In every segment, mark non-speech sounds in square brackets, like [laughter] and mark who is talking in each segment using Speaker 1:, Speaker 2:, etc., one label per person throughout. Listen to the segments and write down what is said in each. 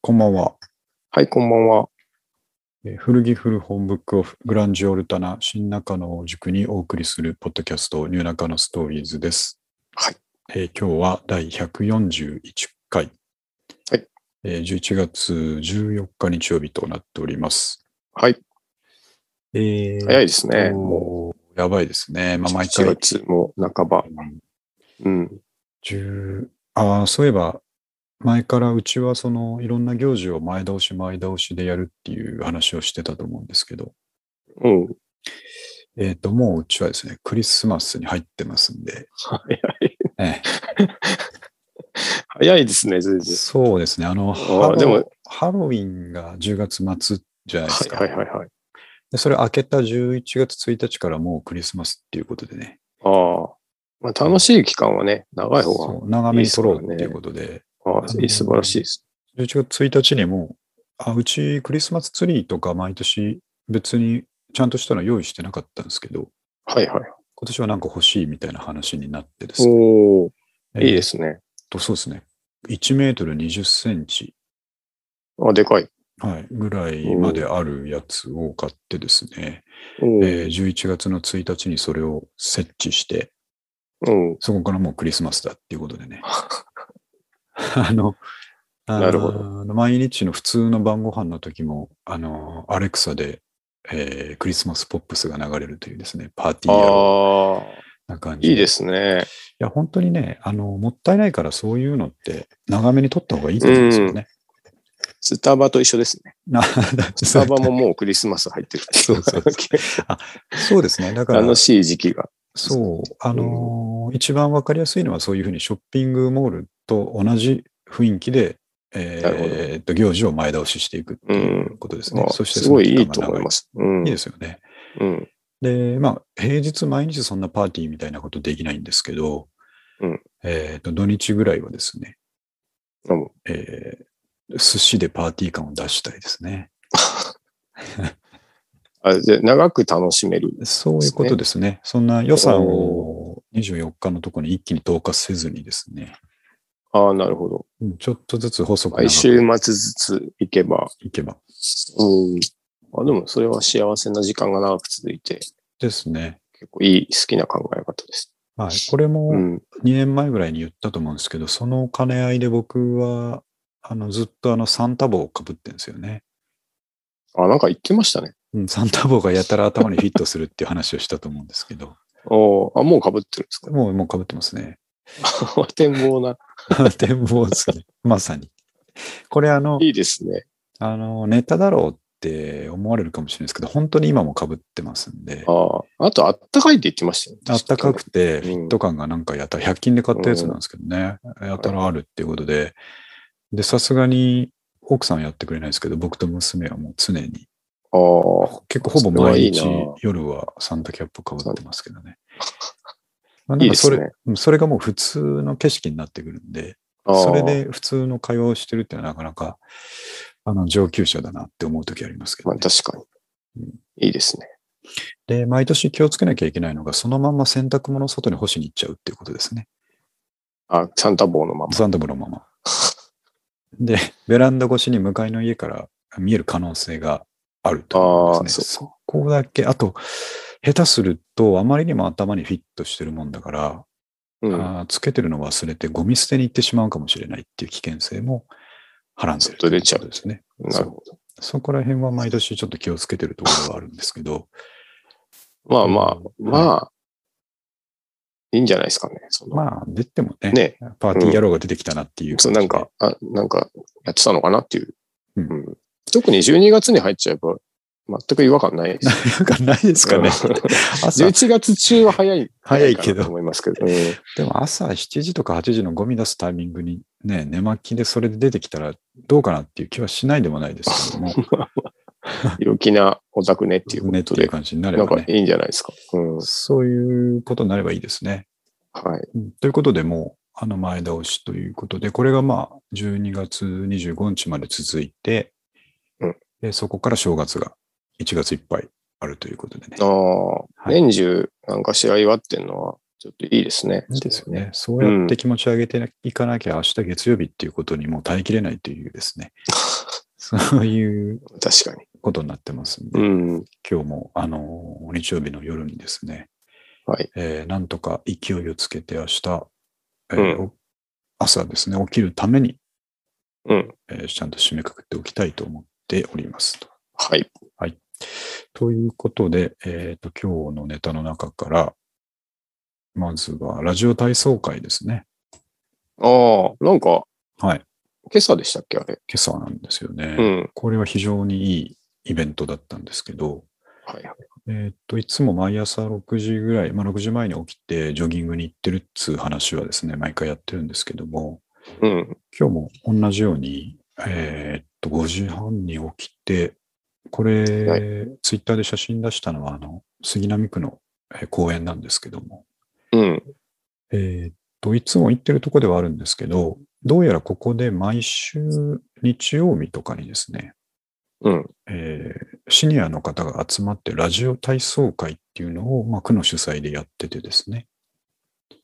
Speaker 1: こんばんは。
Speaker 2: はい、こんばんは。
Speaker 1: えー古着古本ブックオフグランジオルタナ新中野を塾にお送りするポッドキャストニューナカのストーリーズです。
Speaker 2: はい。
Speaker 1: えー今日は第141回。
Speaker 2: はい。
Speaker 1: えー11月14日日曜日となっております。
Speaker 2: はい、
Speaker 1: えー
Speaker 2: 早いですね。も
Speaker 1: もう、やばいですね。
Speaker 2: う、
Speaker 1: まあ、毎
Speaker 2: 7
Speaker 1: 回。
Speaker 2: 月も半ば。うん。
Speaker 1: 10ああ、そういえば、前からうちはそのいろんな行事を前倒し前倒しでやるっていう話をしてたと思うんですけど、
Speaker 2: うん。
Speaker 1: えっ、と、もううちはですね、クリスマスに入ってますんで、
Speaker 2: 早い。
Speaker 1: え
Speaker 2: 早いですね、ずい
Speaker 1: え、
Speaker 2: ずい。
Speaker 1: そうですね、あの、ハロ
Speaker 2: でも
Speaker 1: ハロウィンが10月末じゃないで
Speaker 2: は
Speaker 1: す
Speaker 2: い
Speaker 1: か、
Speaker 2: はいはいはい。
Speaker 1: で。それ明けた11月1日からもうクリスマスっていうことでね、
Speaker 2: ああ。まあ、楽しい期間はね、長い方が。
Speaker 1: そう長めに取ろうっていうことで、
Speaker 2: ああ、いい素晴らしいです。
Speaker 1: 11月1日にもう、あ、うちクリスマスツリーとか毎年別にちゃんとしたの用意してなかったんですけど、
Speaker 2: はいはい。
Speaker 1: 今年はなんか欲しいみたいな話になってですね。
Speaker 2: おお、いいで
Speaker 1: えーっ
Speaker 2: すね。
Speaker 1: と、そうですね。1メートル20センチ
Speaker 2: あ、でかい。
Speaker 1: はい、ぐらいまであるやつを買ってですね、
Speaker 2: おお、
Speaker 1: えー11月の1日にそれを設置して、
Speaker 2: うん。
Speaker 1: そこからもうクリスマスだっていうこと
Speaker 2: [laughs]
Speaker 1: でね。あの、あの
Speaker 2: なるほど
Speaker 1: 毎日の普通の晩ご飯の時も、あの、アレクサで、えークリスマスポップスが流れるというですね、パーティーやろ
Speaker 2: ああ、
Speaker 1: うな感じ。。
Speaker 2: いいですすね。
Speaker 1: いや、本当にね、あの、もったいないからそういうのって長めに撮った方がいいと思うんですよね。
Speaker 2: スタバと一緒です
Speaker 1: [laughs]
Speaker 2: ね。
Speaker 1: な
Speaker 2: スタバももうクリスマス入ってる。
Speaker 1: そうそうそそうですね。だから、
Speaker 2: [laughs] 楽しい時期が。
Speaker 1: そう、あのー一番わかりやすいのはそういうふうにショッピングモールと同じ雰囲気で、えー
Speaker 2: なるほど
Speaker 1: えーっと行事を前倒ししていくっていうことですね。
Speaker 2: あ
Speaker 1: そして
Speaker 2: すごいいいと
Speaker 1: その期間が長
Speaker 2: 思います。うん。
Speaker 1: いいですよね。
Speaker 2: うん。
Speaker 1: で、まあ、平日毎日そんなパーティーみたいなことできないんですけど、
Speaker 2: うん
Speaker 1: えーっと土日ぐらいはですね、
Speaker 2: うん
Speaker 1: えー寿司でパーティー感を出したいですね。
Speaker 2: あで長く楽しめる。
Speaker 1: そういうことですね。そんな予算を24日のところに一気に投下せずにですね、
Speaker 2: ああ、なるほど。
Speaker 1: うんちょっとずつ細く
Speaker 2: 毎
Speaker 1: 長く
Speaker 2: 週末ずつ行けば。
Speaker 1: いけば。
Speaker 2: うん。あでも、それは幸せな時間が長く続いて、
Speaker 1: ですね。
Speaker 2: 結構いい、好きな考え方です。
Speaker 1: はい。これ
Speaker 2: う
Speaker 1: も
Speaker 2: ん。
Speaker 1: 2年前ぐらいに言ったと思うんですけど、その兼ね合いで僕は、あの、ずっとあの、サンタ帽をかぶってんですよね。
Speaker 2: あ、なんか言ってましたね。
Speaker 1: うん、サンタ帽がやたら頭にフィットするっていう話をしたと思うんですけど、
Speaker 2: おーあ、もう被ってるんですか [laughs]
Speaker 1: もう、もうかぶってますね。 [laughs]
Speaker 2: 展望な。
Speaker 1: 展望ですね。まさに。これあの、
Speaker 2: いいですね。
Speaker 1: あの、ネタだろうって思われるかもしれないですけど、本当に今もかぶってますんで、
Speaker 2: ああ。あと、あったかいって言ってましたよね。
Speaker 1: あったか
Speaker 2: 確
Speaker 1: くて、
Speaker 2: うん
Speaker 1: フィット感がなんかやたら、100均で買ったやつなんですけどね、やたらあるっていうことで、で、さすがに奥さんはやってくれないですけど、僕と娘はもう常に、
Speaker 2: かに。ああ。
Speaker 1: 結構ほぼ
Speaker 2: それはい
Speaker 1: 毎
Speaker 2: いな
Speaker 1: 日夜はサンタキャップかぶってますけどね。まあないん
Speaker 2: [laughs]
Speaker 1: か
Speaker 2: いで
Speaker 1: そ
Speaker 2: す
Speaker 1: れ
Speaker 2: ね。
Speaker 1: うんそれがもう普通の景色になってくるんで、
Speaker 2: ああ
Speaker 1: それ。で普通の会話をしてるっていうのはなかなか、あの、上級者だなって思う時ありますけど、
Speaker 2: ま
Speaker 1: ね
Speaker 2: あ、確かに
Speaker 1: うん。
Speaker 2: いいですね。
Speaker 1: で、毎年気をつけなきゃいけないのが、そのまんま洗濯物を外に干しに行っちゃうっていうことですね。
Speaker 2: あ、サンタ帽のまま。
Speaker 1: サンダブのまま。で、ベランダ越しに向かいの家から見える可能性があると、
Speaker 2: ああ、
Speaker 1: ね。
Speaker 2: そう
Speaker 1: そこだけ、あと、下手すると、あまりにも頭にフィットしてるもんだから、
Speaker 2: うん。
Speaker 1: あーつけてるの忘れて、ゴミ捨てに行ってしまうかもしれないっていう危険性もはらんでる
Speaker 2: ちょっと出ちゃう
Speaker 1: ということですね。
Speaker 2: なるほど。
Speaker 1: そこら辺は毎年ちょっと気をつけてるところはあるんですけど、
Speaker 2: まあまあ
Speaker 1: うん、
Speaker 2: まあ、いいんじゃないですかね。その
Speaker 1: まあ、出てもね、
Speaker 2: ね
Speaker 1: パーティー野郎が出てきたなっていう、
Speaker 2: そうなんか、、あなんか、やってたのかなっていう。
Speaker 1: うん
Speaker 2: うん特に12月に入っちゃえば、全く違和感ないで
Speaker 1: な
Speaker 2: す。
Speaker 1: んかないですかね。
Speaker 2: [laughs]
Speaker 1: 朝
Speaker 2: 11月中は早い。
Speaker 1: 早いけど
Speaker 2: かなと思いますけど。うん
Speaker 1: でも朝7時とか8時のゴミ出すタイミングにね、寝巻きでそれで出てきたらどうかなっていう気はしないでもないです [laughs] けども、
Speaker 2: 陽気なオタクねっていう
Speaker 1: ね [laughs] っ
Speaker 2: こ
Speaker 1: て
Speaker 2: と
Speaker 1: いう
Speaker 2: で、
Speaker 1: 感じになれ
Speaker 2: なん
Speaker 1: ば
Speaker 2: かい
Speaker 1: ね、
Speaker 2: いんじゃないですか。うん。は
Speaker 1: そういうことになればいいですね。
Speaker 2: い。
Speaker 1: うんということで、もう、あの前倒しということで、これがまあ、12月25日まで続いて、
Speaker 2: うん
Speaker 1: でそこから正月が1月いっぱいあるということでね。
Speaker 2: ああ、
Speaker 1: い
Speaker 2: 年中なんか試合祝ってんのは、ちょっといいですね。
Speaker 1: いいですよね。そうやって気持ち上げていかなきゃ、明日月曜日っていうことにもう耐えきれないというです [laughs] ね。そういう
Speaker 2: 確かに。
Speaker 1: ことになってますんで、
Speaker 2: うん。
Speaker 1: 今日も、あの、日曜日の夜にですね、
Speaker 2: はい。
Speaker 1: えーなんとか勢いをつけて明日、えー
Speaker 2: う
Speaker 1: お朝ですね、起きるために、
Speaker 2: うん。
Speaker 1: えーちゃんと締めくくっておきたいと思っておりますと。
Speaker 2: はい。
Speaker 1: ということで、えっ、と、今日のネタの中から、まずは、ラジオ体操会ですね。
Speaker 2: ああ、なんか、
Speaker 1: はい。
Speaker 2: 今朝でしたっけあれ。
Speaker 1: 今朝なんですよね。
Speaker 2: うん。
Speaker 1: これは非常にいいイベントだったんですけど、
Speaker 2: はい。
Speaker 1: えっ、と、いつも毎朝6時ぐらい、まあ6時前に起きてジョギングに行ってるっつう話はですね、毎回やってるんですけども、
Speaker 2: うん。
Speaker 1: 今日も同じように、えーっと、5時半に起きて、これ、
Speaker 2: は
Speaker 1: ツイッターで写真出したのは、あの、杉並区のえー公園なんですけども、
Speaker 2: うん。
Speaker 1: えーっと、いつも行ってるとこではあるんですけど、どうやらここで毎週日曜日とかにですね、
Speaker 2: うん。
Speaker 1: えーシニアの方が集まってラジオ体操会っていうのを、まあ、区の主催でやっててですね。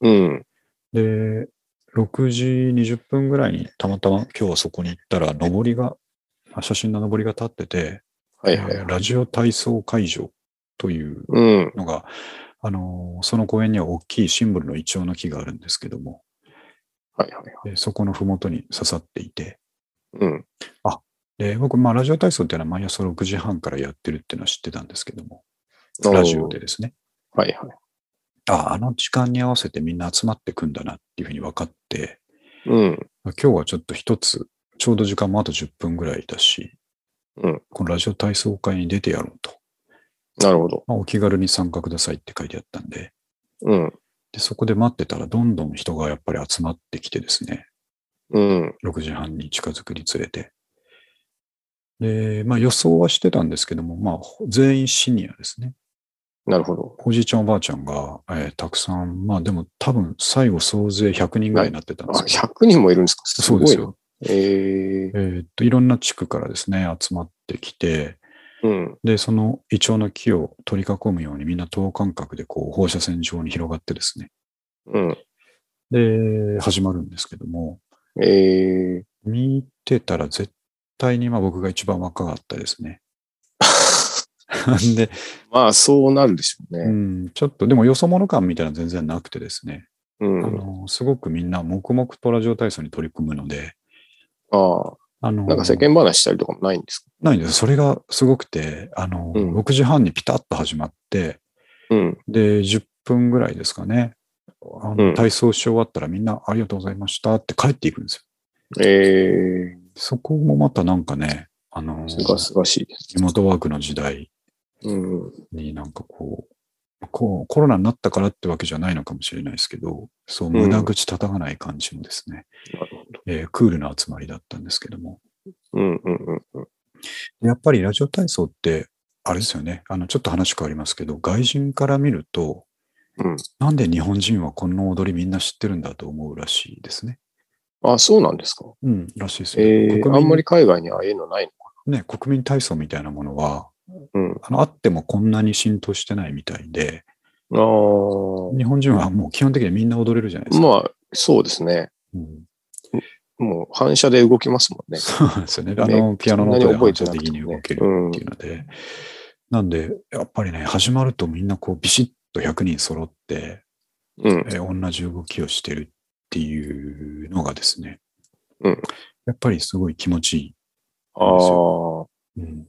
Speaker 2: うん。
Speaker 1: で、6時20分ぐらいにたまたま今日はそこに行ったら、上りが、まあ写真の上りが立ってて、
Speaker 2: はいはい
Speaker 1: えー
Speaker 2: はい。
Speaker 1: ラジオ体操会場という
Speaker 2: うん。
Speaker 1: のが、あのーその公園には大きいシンボルのイチョウの木があるんですけども、
Speaker 2: はいはい。
Speaker 1: えーそこのふもとに刺さっていて、
Speaker 2: うん。
Speaker 1: で僕、まあ、ラジオ体操っていうのは毎朝6時半からやってるっていうのは知ってたんですけども、ラジオでですね、
Speaker 2: はいはい。
Speaker 1: あ、あの時間に合わせてみんな集まってくんだなっていうふうに分かって、
Speaker 2: うん。
Speaker 1: 今日はちょっと一つ、ちょうど時間もあと10分ぐらいだし、
Speaker 2: うん
Speaker 1: このラジオ体操会に出てやろうと、
Speaker 2: なるほど。
Speaker 1: まあ、お気軽に参加くださいって書いてあったんで
Speaker 2: うん。
Speaker 1: で、そこで待ってたらどんどん人がやっぱり集まってきてですね、
Speaker 2: うん。
Speaker 1: 6時半に近づくにつれて。で、まあ予想はしてたんですけども、まあほ全員シニアですね。
Speaker 2: なるほど。
Speaker 1: おじいちゃんおばあちゃんが、えーたくさん、まあでも多分最後総勢100人ぐらいになってたん
Speaker 2: あ、
Speaker 1: ですよ。
Speaker 2: 100人もいるんですかす
Speaker 1: そう
Speaker 2: ご
Speaker 1: で
Speaker 2: いな
Speaker 1: すよ。
Speaker 2: ええ
Speaker 1: えーっと、いろんな地区からですね、集まってきて、
Speaker 2: うん。
Speaker 1: で、そのイチョウの木を取り囲むようにみんな等間隔でこう放射線状に広がってですね、
Speaker 2: うん。
Speaker 1: で、始まるんですけども、
Speaker 2: ええ
Speaker 1: 見てたら絶対にまあ僕が一番若かったですね。 [laughs] で、
Speaker 2: まあ、そうなるでしょう
Speaker 1: う
Speaker 2: ね。
Speaker 1: ん、ちょっとでもよそ者感みたいなの全然なくてですね、
Speaker 2: う
Speaker 1: あ
Speaker 2: ん。
Speaker 1: の、すごくみんな黙々とラジオ体操に取り組むので、
Speaker 2: ああ。
Speaker 1: あの、
Speaker 2: なんか世間話したりとかもないんですか
Speaker 1: ないんです。それがすごくて、あの、
Speaker 2: うん
Speaker 1: 6時半にピタッと始まって、
Speaker 2: うん。
Speaker 1: で、10分ぐらいですかね。あの
Speaker 2: うん
Speaker 1: 体操し終わったらみんなありがとうございましたって帰っていくんですよ。
Speaker 2: ええ
Speaker 1: そこもまたなんかね、あの
Speaker 2: すがすがしいです。
Speaker 1: リモートワークの時代
Speaker 2: うん。
Speaker 1: になんかこう、こうコロナになったからってわけじゃないのかもしれないですけど、そう、
Speaker 2: ん
Speaker 1: 無駄口叩かない感じのですね、
Speaker 2: なるほど。
Speaker 1: えークールな集まりだったんですけども。
Speaker 2: うんうんうんうん。
Speaker 1: やっぱりラジオ体操って、あれですよね、あの、ちょっと話変わりますけど、外人から見ると、
Speaker 2: うん
Speaker 1: なんで日本人はこの踊りみんな知ってるんだと思うらしいですね。
Speaker 2: あ、そうなんですか。
Speaker 1: うん、らしいですよ
Speaker 2: ええ
Speaker 1: 国民
Speaker 2: あんまり海外にああいうのない
Speaker 1: ね、国民体操みたいなものは、
Speaker 2: の。
Speaker 1: あのあってもこんなに浸透してないみたいで、
Speaker 2: うん。
Speaker 1: 日本人はもう基本的にみんな踊れるじゃない
Speaker 2: あ
Speaker 1: で
Speaker 2: あ。
Speaker 1: すか。
Speaker 2: まあ、そうですね。
Speaker 1: うん
Speaker 2: もう反射で動きますもんね。
Speaker 1: そうなんですよね。あの、ピアノの音で反射的に動ける
Speaker 2: うん
Speaker 1: っていうので。なんで、やっぱりね、始まるとみんなこうビシッと100人揃って、
Speaker 2: うん。
Speaker 1: えー同じ動きをしてるっていうのがですね、
Speaker 2: うん
Speaker 1: やっぱりすごい気持ちい
Speaker 2: ああ。
Speaker 1: い。うん、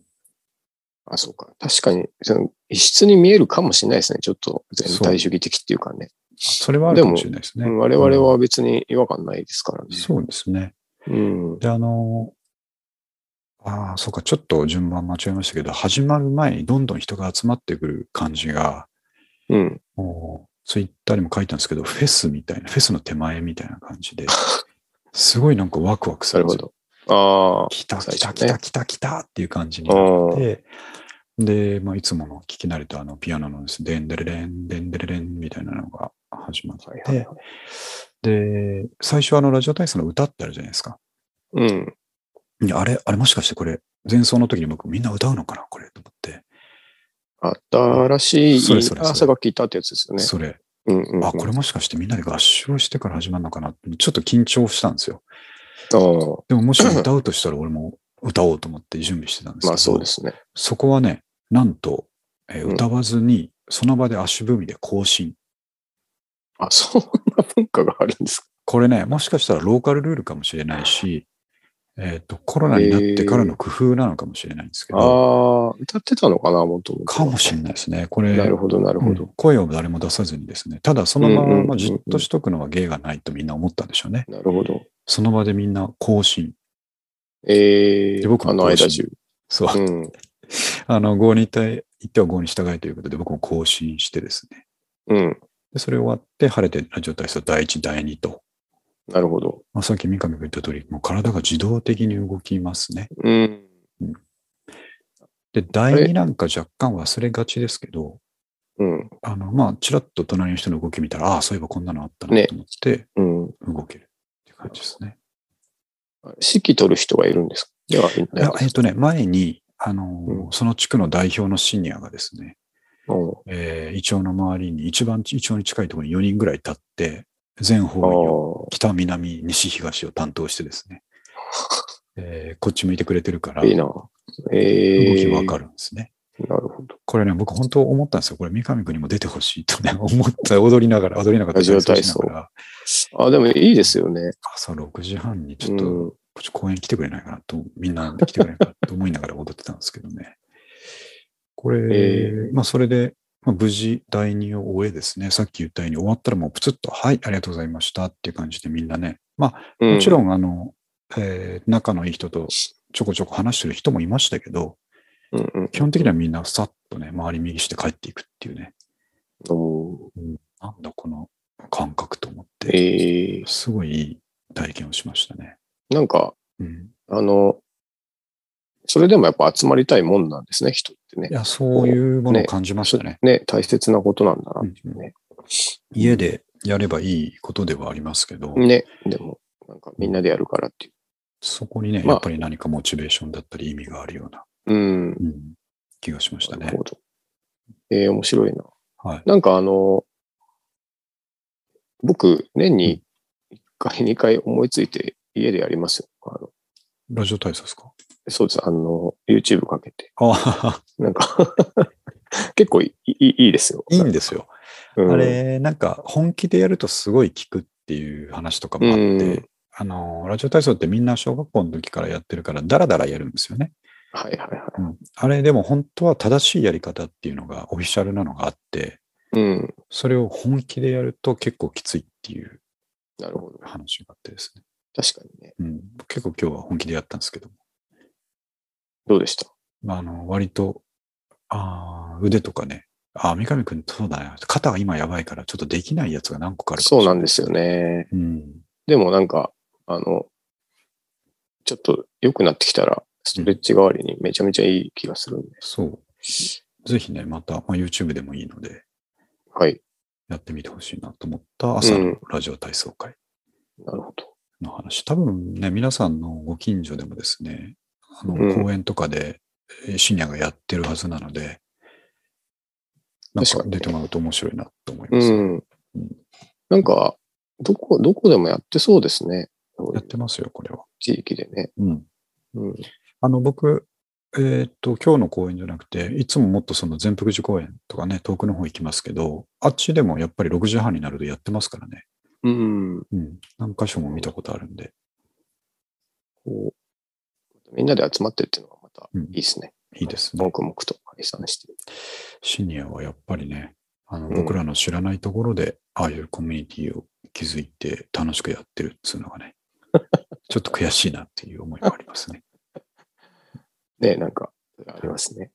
Speaker 2: あ、そうか。確かに、その異質に見えるかもしれないですね。ちょっと全体主義的っていうかね。
Speaker 1: それはあるかもしれないですね。
Speaker 2: うん我々は別に違和感ないですからね。
Speaker 1: そうですね。
Speaker 2: うん。
Speaker 1: で、あの、ああ、そうか、ちょっと順番間違えましたけど、始まる前にどんどん人が集まってくる感じが、
Speaker 2: うん。
Speaker 1: もう、ツイッターにも書いたんですけど、フェスみたいな、フェスの手前みたいな感
Speaker 2: [laughs]
Speaker 1: じで、すごいなんかワクワクす
Speaker 2: な
Speaker 1: る
Speaker 2: る
Speaker 1: んで
Speaker 2: ほ
Speaker 1: すよ。
Speaker 2: ど。ああ。
Speaker 1: 来た
Speaker 2: 最
Speaker 1: 来た
Speaker 2: 初
Speaker 1: 来
Speaker 2: ね
Speaker 1: た来た来たっていう感じになって、で、まあ、いつもの聞き慣れたあのピアノのですね、デンデレレン、デンデレレンみたいなのが始まって、
Speaker 2: はいはいはい
Speaker 1: で、最初あのラジオ体操の歌ってあるじゃないですか。
Speaker 2: うん。
Speaker 1: いや、あれ、あれもしかしてこれ、前奏の時に僕みんな歌うのかなこれ、と思って。
Speaker 2: 新しい
Speaker 1: それそれそれ
Speaker 2: 朝が聞いたってやつですよね。
Speaker 1: それ、
Speaker 2: うんうんうん。
Speaker 1: あ、これもしかしてみんなで合唱してから始まるのかなって、ちょっと緊張したんですよ。
Speaker 2: ああ
Speaker 1: でももし歌うとしたら俺も歌おうと思って準備してたんですけど、
Speaker 2: まあそうですね。
Speaker 1: そこはね、なんと、えー
Speaker 2: うん
Speaker 1: 歌わずに、その場で足踏みで更新。
Speaker 2: あ、そんな文化があるんですか。
Speaker 1: これね、もしかしたらローカルルールかもしれないし、えっ、と、コロナになってからの工夫なのかもしれないんですけど、
Speaker 2: ああ、歌ってたのかな、もともと。
Speaker 1: かもしれないですね。これ、
Speaker 2: なるほど、なるほ
Speaker 1: う
Speaker 2: ど
Speaker 1: ん。声を誰も出さずにですね、ただそのま
Speaker 2: うんうんうんう
Speaker 1: ま
Speaker 2: ん
Speaker 1: じっとしとくのは芸がないとみんな思ったんでしょうね。
Speaker 2: なるほど。
Speaker 1: その場でみんな更新。
Speaker 2: ええ
Speaker 1: で僕も
Speaker 2: あの間中。
Speaker 1: そう、
Speaker 2: うん。
Speaker 1: あの、合に対、言っては合に従いということで僕も更新してですね。
Speaker 2: うん。
Speaker 1: で、それ終わって晴れてラジオ体操第1、第2と。
Speaker 2: なるほど。
Speaker 1: まあ、さっき三上が言った通り、もう体が自動的に動きますね。
Speaker 2: うん。
Speaker 1: で、第
Speaker 2: え
Speaker 1: 2なんか若干忘れがちですけど、
Speaker 2: うん。
Speaker 1: あの、まあ、ちらっと隣の人の動き見たら、ああ、そういえばこんなのあったな
Speaker 2: ね
Speaker 1: と思って
Speaker 2: うん。
Speaker 1: 動けるっていう感じですね。
Speaker 2: 指揮取る人がいるんですかでは、
Speaker 1: い
Speaker 2: いない
Speaker 1: や、えっとね、前に、あのー、
Speaker 2: う
Speaker 1: その地区の代表のシニアがですね、
Speaker 2: うん
Speaker 1: えー、イチョウの周りに、一番イチョウに近いところに4人ぐらい立って、全方
Speaker 2: あ
Speaker 1: 位を
Speaker 2: ー
Speaker 1: 北、南、西、東を担当してです
Speaker 2: [laughs]
Speaker 1: ね、えーこっち向いてくれてるから、
Speaker 2: いい
Speaker 1: 動
Speaker 2: な。え
Speaker 1: き
Speaker 2: え
Speaker 1: わかるんですね。
Speaker 2: なるほど。
Speaker 1: これね、僕本当思ったんですよ。これ三上くんにも出てほしいとね、思った、踊りながら、踊りながら、
Speaker 2: ラジオ体操
Speaker 1: しながら
Speaker 2: あ、でもいいですよね。
Speaker 1: 朝6時半にち
Speaker 2: う
Speaker 1: ょっと、
Speaker 2: ん。
Speaker 1: こっち公園来てくれないかなと、みんな来てくれないかなと思いながら踊ってたんですけどね。これ、
Speaker 2: え
Speaker 1: まあそれで、まあ、無事第2を終えですね、さっき言ったように終わったらもうプツッと、はい、ありがとうございましたっていう感じでみんなね、まあ
Speaker 2: うん
Speaker 1: もちろん、あの、えー仲のいい人とちょこちょこ話してる人もいましたけど、
Speaker 2: うんうん
Speaker 1: 基本的にはみんなさっとね、周り右して帰っていくっていうね、
Speaker 2: うん。
Speaker 1: なんだこの感覚と思って、
Speaker 2: ええ
Speaker 1: すごいいい体験をしましたね。
Speaker 2: なんか、
Speaker 1: うん、
Speaker 2: あの、それでもやっぱ集まりたいもんなんですね、人ってね
Speaker 1: い。や、そういうものを感じましたね。
Speaker 2: ね、大切なことなんだな。
Speaker 1: うん
Speaker 2: ね
Speaker 1: 家でやればいいことではありますけど、
Speaker 2: ね、でも、なんかみんなでやるからってい
Speaker 1: そこにね、
Speaker 2: まあ
Speaker 1: やっぱり何かモチベーションだったり意味があるような、
Speaker 2: う。うん。
Speaker 1: うん気がしました
Speaker 2: な
Speaker 1: ね
Speaker 2: る。ほど。えー面白いな。
Speaker 1: はい。
Speaker 2: なんかあの、僕、年に1回、2回 [laughs] 思いついて家でやりますよ。あの
Speaker 1: ラジオ体操ですか
Speaker 2: そうです。あの、YouTube かけて。
Speaker 1: ああ、 [laughs]
Speaker 2: なんか、 [laughs] 結構いいいいですよ。
Speaker 1: いいんですよ。
Speaker 2: うん。
Speaker 1: あれ、なんか本気でやるとすごい効くっていう話とかもあって、
Speaker 2: うん
Speaker 1: あの、ラジオ体操ってみんな小学校の時からやってるから、ダラダラやるんですよね。
Speaker 2: はいはいは
Speaker 1: うんあれ、でも本当は正しいやり方っていうのがオフィシャルなのがあって、
Speaker 2: い。うん。
Speaker 1: それを本気でやると結構きついっていう
Speaker 2: なるほど。
Speaker 1: 話があってですね。
Speaker 2: 確かにね。
Speaker 1: うん、結構今日は本気でやったんですけども、
Speaker 2: どうでした
Speaker 1: まあ、あの割とあー腕とかね、あー三上君、そうだね、肩が今やばいから、ちょっとできないやつが何個かあるか
Speaker 2: そ
Speaker 1: も
Speaker 2: う
Speaker 1: しれ
Speaker 2: なんですよね。
Speaker 1: い。うん、
Speaker 2: でもなんか、あの、ちょっと良くなってきたら、ストレッチ代わりにめちゃめちゃいい気がするんで。
Speaker 1: そう。ぜひね、また、まあ、YouTube でもいいので、
Speaker 2: はい。
Speaker 1: やってみてほしいなと思った朝
Speaker 2: う
Speaker 1: の
Speaker 2: ん
Speaker 1: ラジオ体操会
Speaker 2: なるほど。
Speaker 1: の話。多分ね、皆さんのご近所でもですね、あの
Speaker 2: うん
Speaker 1: 公園とかでえーシニアがやってるはずなので、なんか
Speaker 2: 確かに
Speaker 1: 出てもらうと面白いなと思いうます。
Speaker 2: ん。なんか、どこ、どこでもやってそうですね。そうい
Speaker 1: やっ
Speaker 2: う
Speaker 1: てますよ、これは。
Speaker 2: 地域でね。
Speaker 1: うん
Speaker 2: うん。
Speaker 1: あの、僕、えーっと、今日の公園じゃなくて、いつももっとその全福寺公園とかね、遠くの方行きますけど、あっちでもやっぱり6時半になるとやってますからね。
Speaker 2: うん。
Speaker 1: うん。何箇所も見たことあるんで、
Speaker 2: こう、みんなで集まってっていうのがまた
Speaker 1: うん
Speaker 2: いいですね。
Speaker 1: いいですね。
Speaker 2: 黙々と解散して。
Speaker 1: シニアはやっぱりね、あの
Speaker 2: うん
Speaker 1: 僕らの知らないところで、ああいうコミュニティを築いて楽しくやってるっつうのが
Speaker 2: [laughs]
Speaker 1: ね、ちょっと悔しいなっていう思いもありますね。
Speaker 2: ね、なんか、ありますね。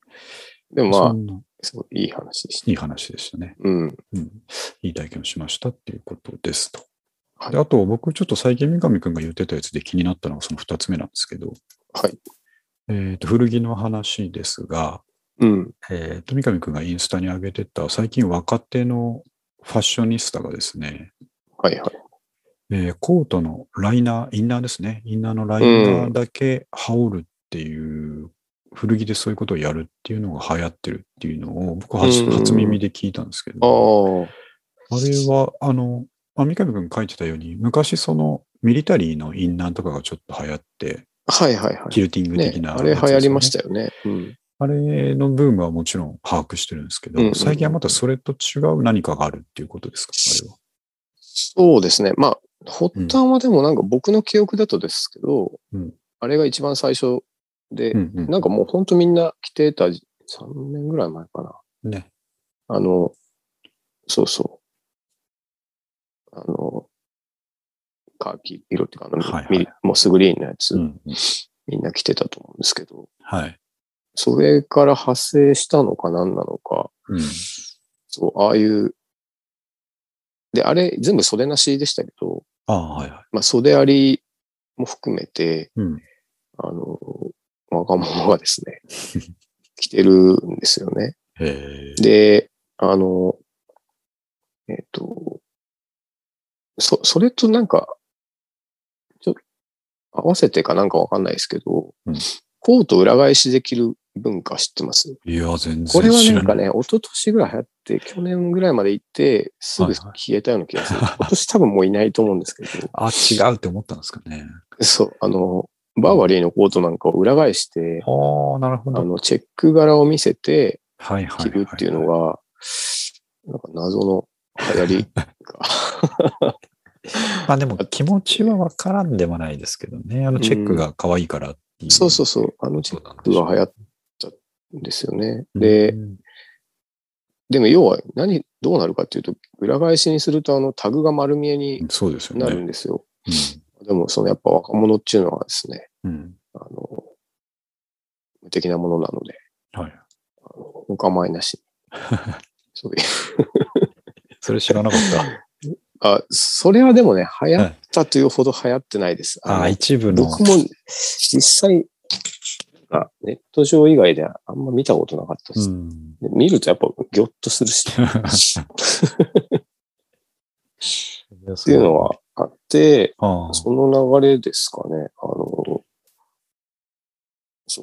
Speaker 2: でも
Speaker 1: そ
Speaker 2: まあ、
Speaker 1: んな、
Speaker 2: すごいいい話でした。
Speaker 1: いい話でしたね。
Speaker 2: うん。
Speaker 1: うん、いい体験をしましたっていうことですと。
Speaker 2: はい
Speaker 1: であと、僕、ちょっと最近三上くんが言ってたやつで気になったのがその2つ目なんですけど、
Speaker 2: はい。
Speaker 1: えーと古着の話ですが、
Speaker 2: うん。
Speaker 1: えーと三上くんがインスタに上げてた最近若手のファッショニスタがですね、
Speaker 2: はいはい。
Speaker 1: えーコートのライナー、インナーですね、インナーのライナーだけ羽織るっていう、古着でそういうことをやるっていうのが流行ってるっていうのを、僕は初
Speaker 2: うん
Speaker 1: 初耳で聞いたんですけど、
Speaker 2: ああ。
Speaker 1: あれは、あの、まあ、三上くん書いてたように、昔そのミリタリーのインナーとかがちょっと流行って、
Speaker 2: はいはいは
Speaker 1: キ
Speaker 2: い。
Speaker 1: ルティング
Speaker 2: ね
Speaker 1: 的、な、。
Speaker 2: あれ流行りましたたよね。うん。
Speaker 1: あれのブームはもちろん把握してるんですけど、
Speaker 2: うんうん
Speaker 1: 最近はまたそれと違う何かがあるっていうことですか、あれは。
Speaker 2: そうですね。まあ、発端はでもなんか僕の記憶だとですけど、
Speaker 1: うん
Speaker 2: あれが一番最初で、
Speaker 1: うんうん。
Speaker 2: なんかもうほんとみんな着てたじ3年ぐらい前かな。
Speaker 1: ね。
Speaker 2: あの、そうそう。あの、カーキ色っていうか、あの、
Speaker 1: はいはい
Speaker 2: みモスグリーンのやつ、
Speaker 1: うん。
Speaker 2: みんな着てたと思うんですけど、
Speaker 1: はい。
Speaker 2: それから派生したのか何なのか、
Speaker 1: うん。
Speaker 2: そう、ああいう、で、あれ、全部袖なしでしたけど、
Speaker 1: ああ、はいはい。
Speaker 2: まあ、袖ありも含めて、
Speaker 1: うん
Speaker 2: あの、若者がで
Speaker 1: [laughs]
Speaker 2: すね、着てるんですよね。
Speaker 1: へえ。
Speaker 2: で、あの、えっ、と、そ、それとなんか、ちょ、合わせてかなんかわかんないですけど、
Speaker 1: うん
Speaker 2: コート裏返しできる文化知ってます
Speaker 1: いや、全然
Speaker 2: これは
Speaker 1: 知
Speaker 2: な
Speaker 1: ら
Speaker 2: んか
Speaker 1: ない。
Speaker 2: ね、一昨年ぐらい流行って、去年ぐらいまで行って、すぐ消えたような気
Speaker 1: [laughs]
Speaker 2: がする。
Speaker 1: はいはい
Speaker 2: 今年多分もういないと思うんですけど、
Speaker 1: あ、違うって思ったんですかね。
Speaker 2: そう、あの、バーバリーのコートなんかを裏返して、
Speaker 1: ああ、なるほ
Speaker 2: あ。の、チェック柄を見せて、
Speaker 1: はいはい。
Speaker 2: 着るっていうのが、なんか謎の流行りが。
Speaker 1: まあでも気持ちはわからんでもないですけどね。あのチェックが可愛いからっていう。
Speaker 2: そうそうそう、あのチェックが流行ったんですよね。で
Speaker 1: う、ん
Speaker 2: でも要は何、どうなるかっていうと、裏返しにするとあのタグが丸見えに
Speaker 1: そうですよ
Speaker 2: なる
Speaker 1: ね
Speaker 2: ん。ですよ。
Speaker 1: う
Speaker 2: でもそのやっぱ若者っていうのはですね、
Speaker 1: んうん。
Speaker 2: あの、無敵なものなので、
Speaker 1: はい。
Speaker 2: あのお構いなし。そういう。
Speaker 1: それ知らなかった。
Speaker 2: あ、それはでもね、流行ったというほど流行ってないです。 [laughs]
Speaker 1: ああ、一部の。
Speaker 2: 僕も実際、なんかネット上以外であんま見たことなかったで
Speaker 1: う
Speaker 2: す。
Speaker 1: ん。
Speaker 2: [laughs] で見るとやっぱギョッとするし、っ
Speaker 1: って
Speaker 2: いうの。はあって、
Speaker 1: ああ。
Speaker 2: その流れですかね。あの、そ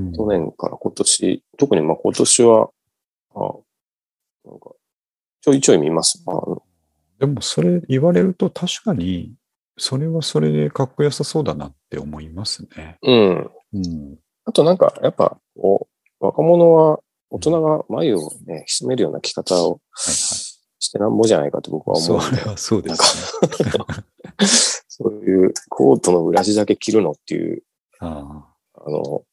Speaker 1: うん
Speaker 2: 去年から今年、特にまあ今年は、あなんか、ちょいちょい見ます。あの
Speaker 1: でもそれ言われると確かに、それはそれでかっこよさそうだなって思いますね。
Speaker 2: うん。
Speaker 1: うん。
Speaker 2: あとなんか、やっぱ、こう若者は、大人が眉をね、潜めるような着方
Speaker 1: はい
Speaker 2: を
Speaker 1: はい。
Speaker 2: してなんぼじゃないかと僕は思
Speaker 1: そうれ。はそうですね。
Speaker 2: [laughs] そういうコートの裏地だけ着るのっていう、
Speaker 1: ああ。
Speaker 2: あの、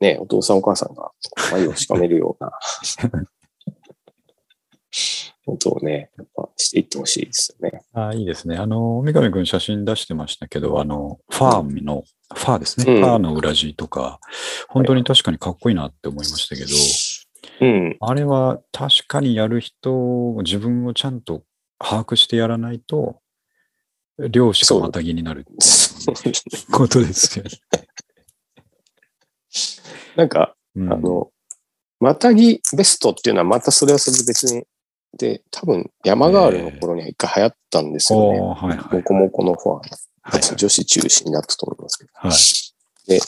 Speaker 2: ね、お父さんお母さんが眉をしかめるよ
Speaker 1: [laughs]
Speaker 2: うなことをね、やっぱしていってほしいですよね。
Speaker 1: ああ、いいですね。あの、三上くん写真出してましたけど、あの、ファーの、ファーですね。
Speaker 2: うん
Speaker 1: ファーの裏地とか、本当に確かにかっこいいなって思いましたけど、
Speaker 2: うん。 [laughs]
Speaker 1: あれは確かにやる人、自分をちゃんと把握してやらないと、量しかまたぎになる
Speaker 2: そう
Speaker 1: ことです
Speaker 2: [laughs]
Speaker 1: よね。
Speaker 2: なんか、
Speaker 1: う
Speaker 2: あ
Speaker 1: ん
Speaker 2: の、またぎベストっていうのはまたそれはそれで別に、で、多分山ガールの頃には一回流行ったんですよね。
Speaker 1: おーはいはい
Speaker 2: モコモコのファン。
Speaker 1: はい
Speaker 2: 女子中心だったと思いますけど。
Speaker 1: はい。
Speaker 2: で、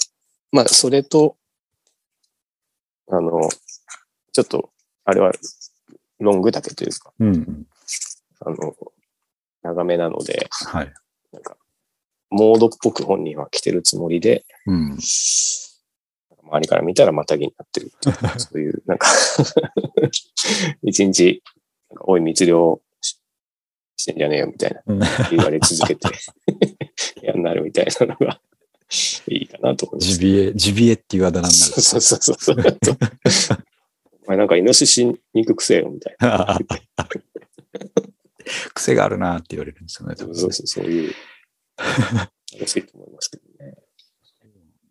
Speaker 2: まあ、それと、あの、ちょっと、あれは、ロング丈というか、
Speaker 1: うんうん。
Speaker 2: あの、長めなので、
Speaker 1: はい。
Speaker 2: なんか、モードっぽく本人は着てるつもりで、 [laughs]
Speaker 1: うん。
Speaker 2: 周りから見たらまたぎになってるって [laughs] いう、そういう、なんか、一日、なんかおい、密漁ししてんじゃねえよみたいな
Speaker 1: うん
Speaker 2: 言われ続けて、 [laughs] 嫌になるみたいなのが、いいかなと思います
Speaker 1: ジ。ビエ、ジビエっていうあだ名になる。
Speaker 2: そうそうそう [laughs] そう。お前なんかイノシシ肉くせえよみたい [laughs]
Speaker 1: 癖があるなって言われるんですよね。多分
Speaker 2: な。
Speaker 1: ね
Speaker 2: そうそう、そう [laughs] いう。楽しいと思いますけどね。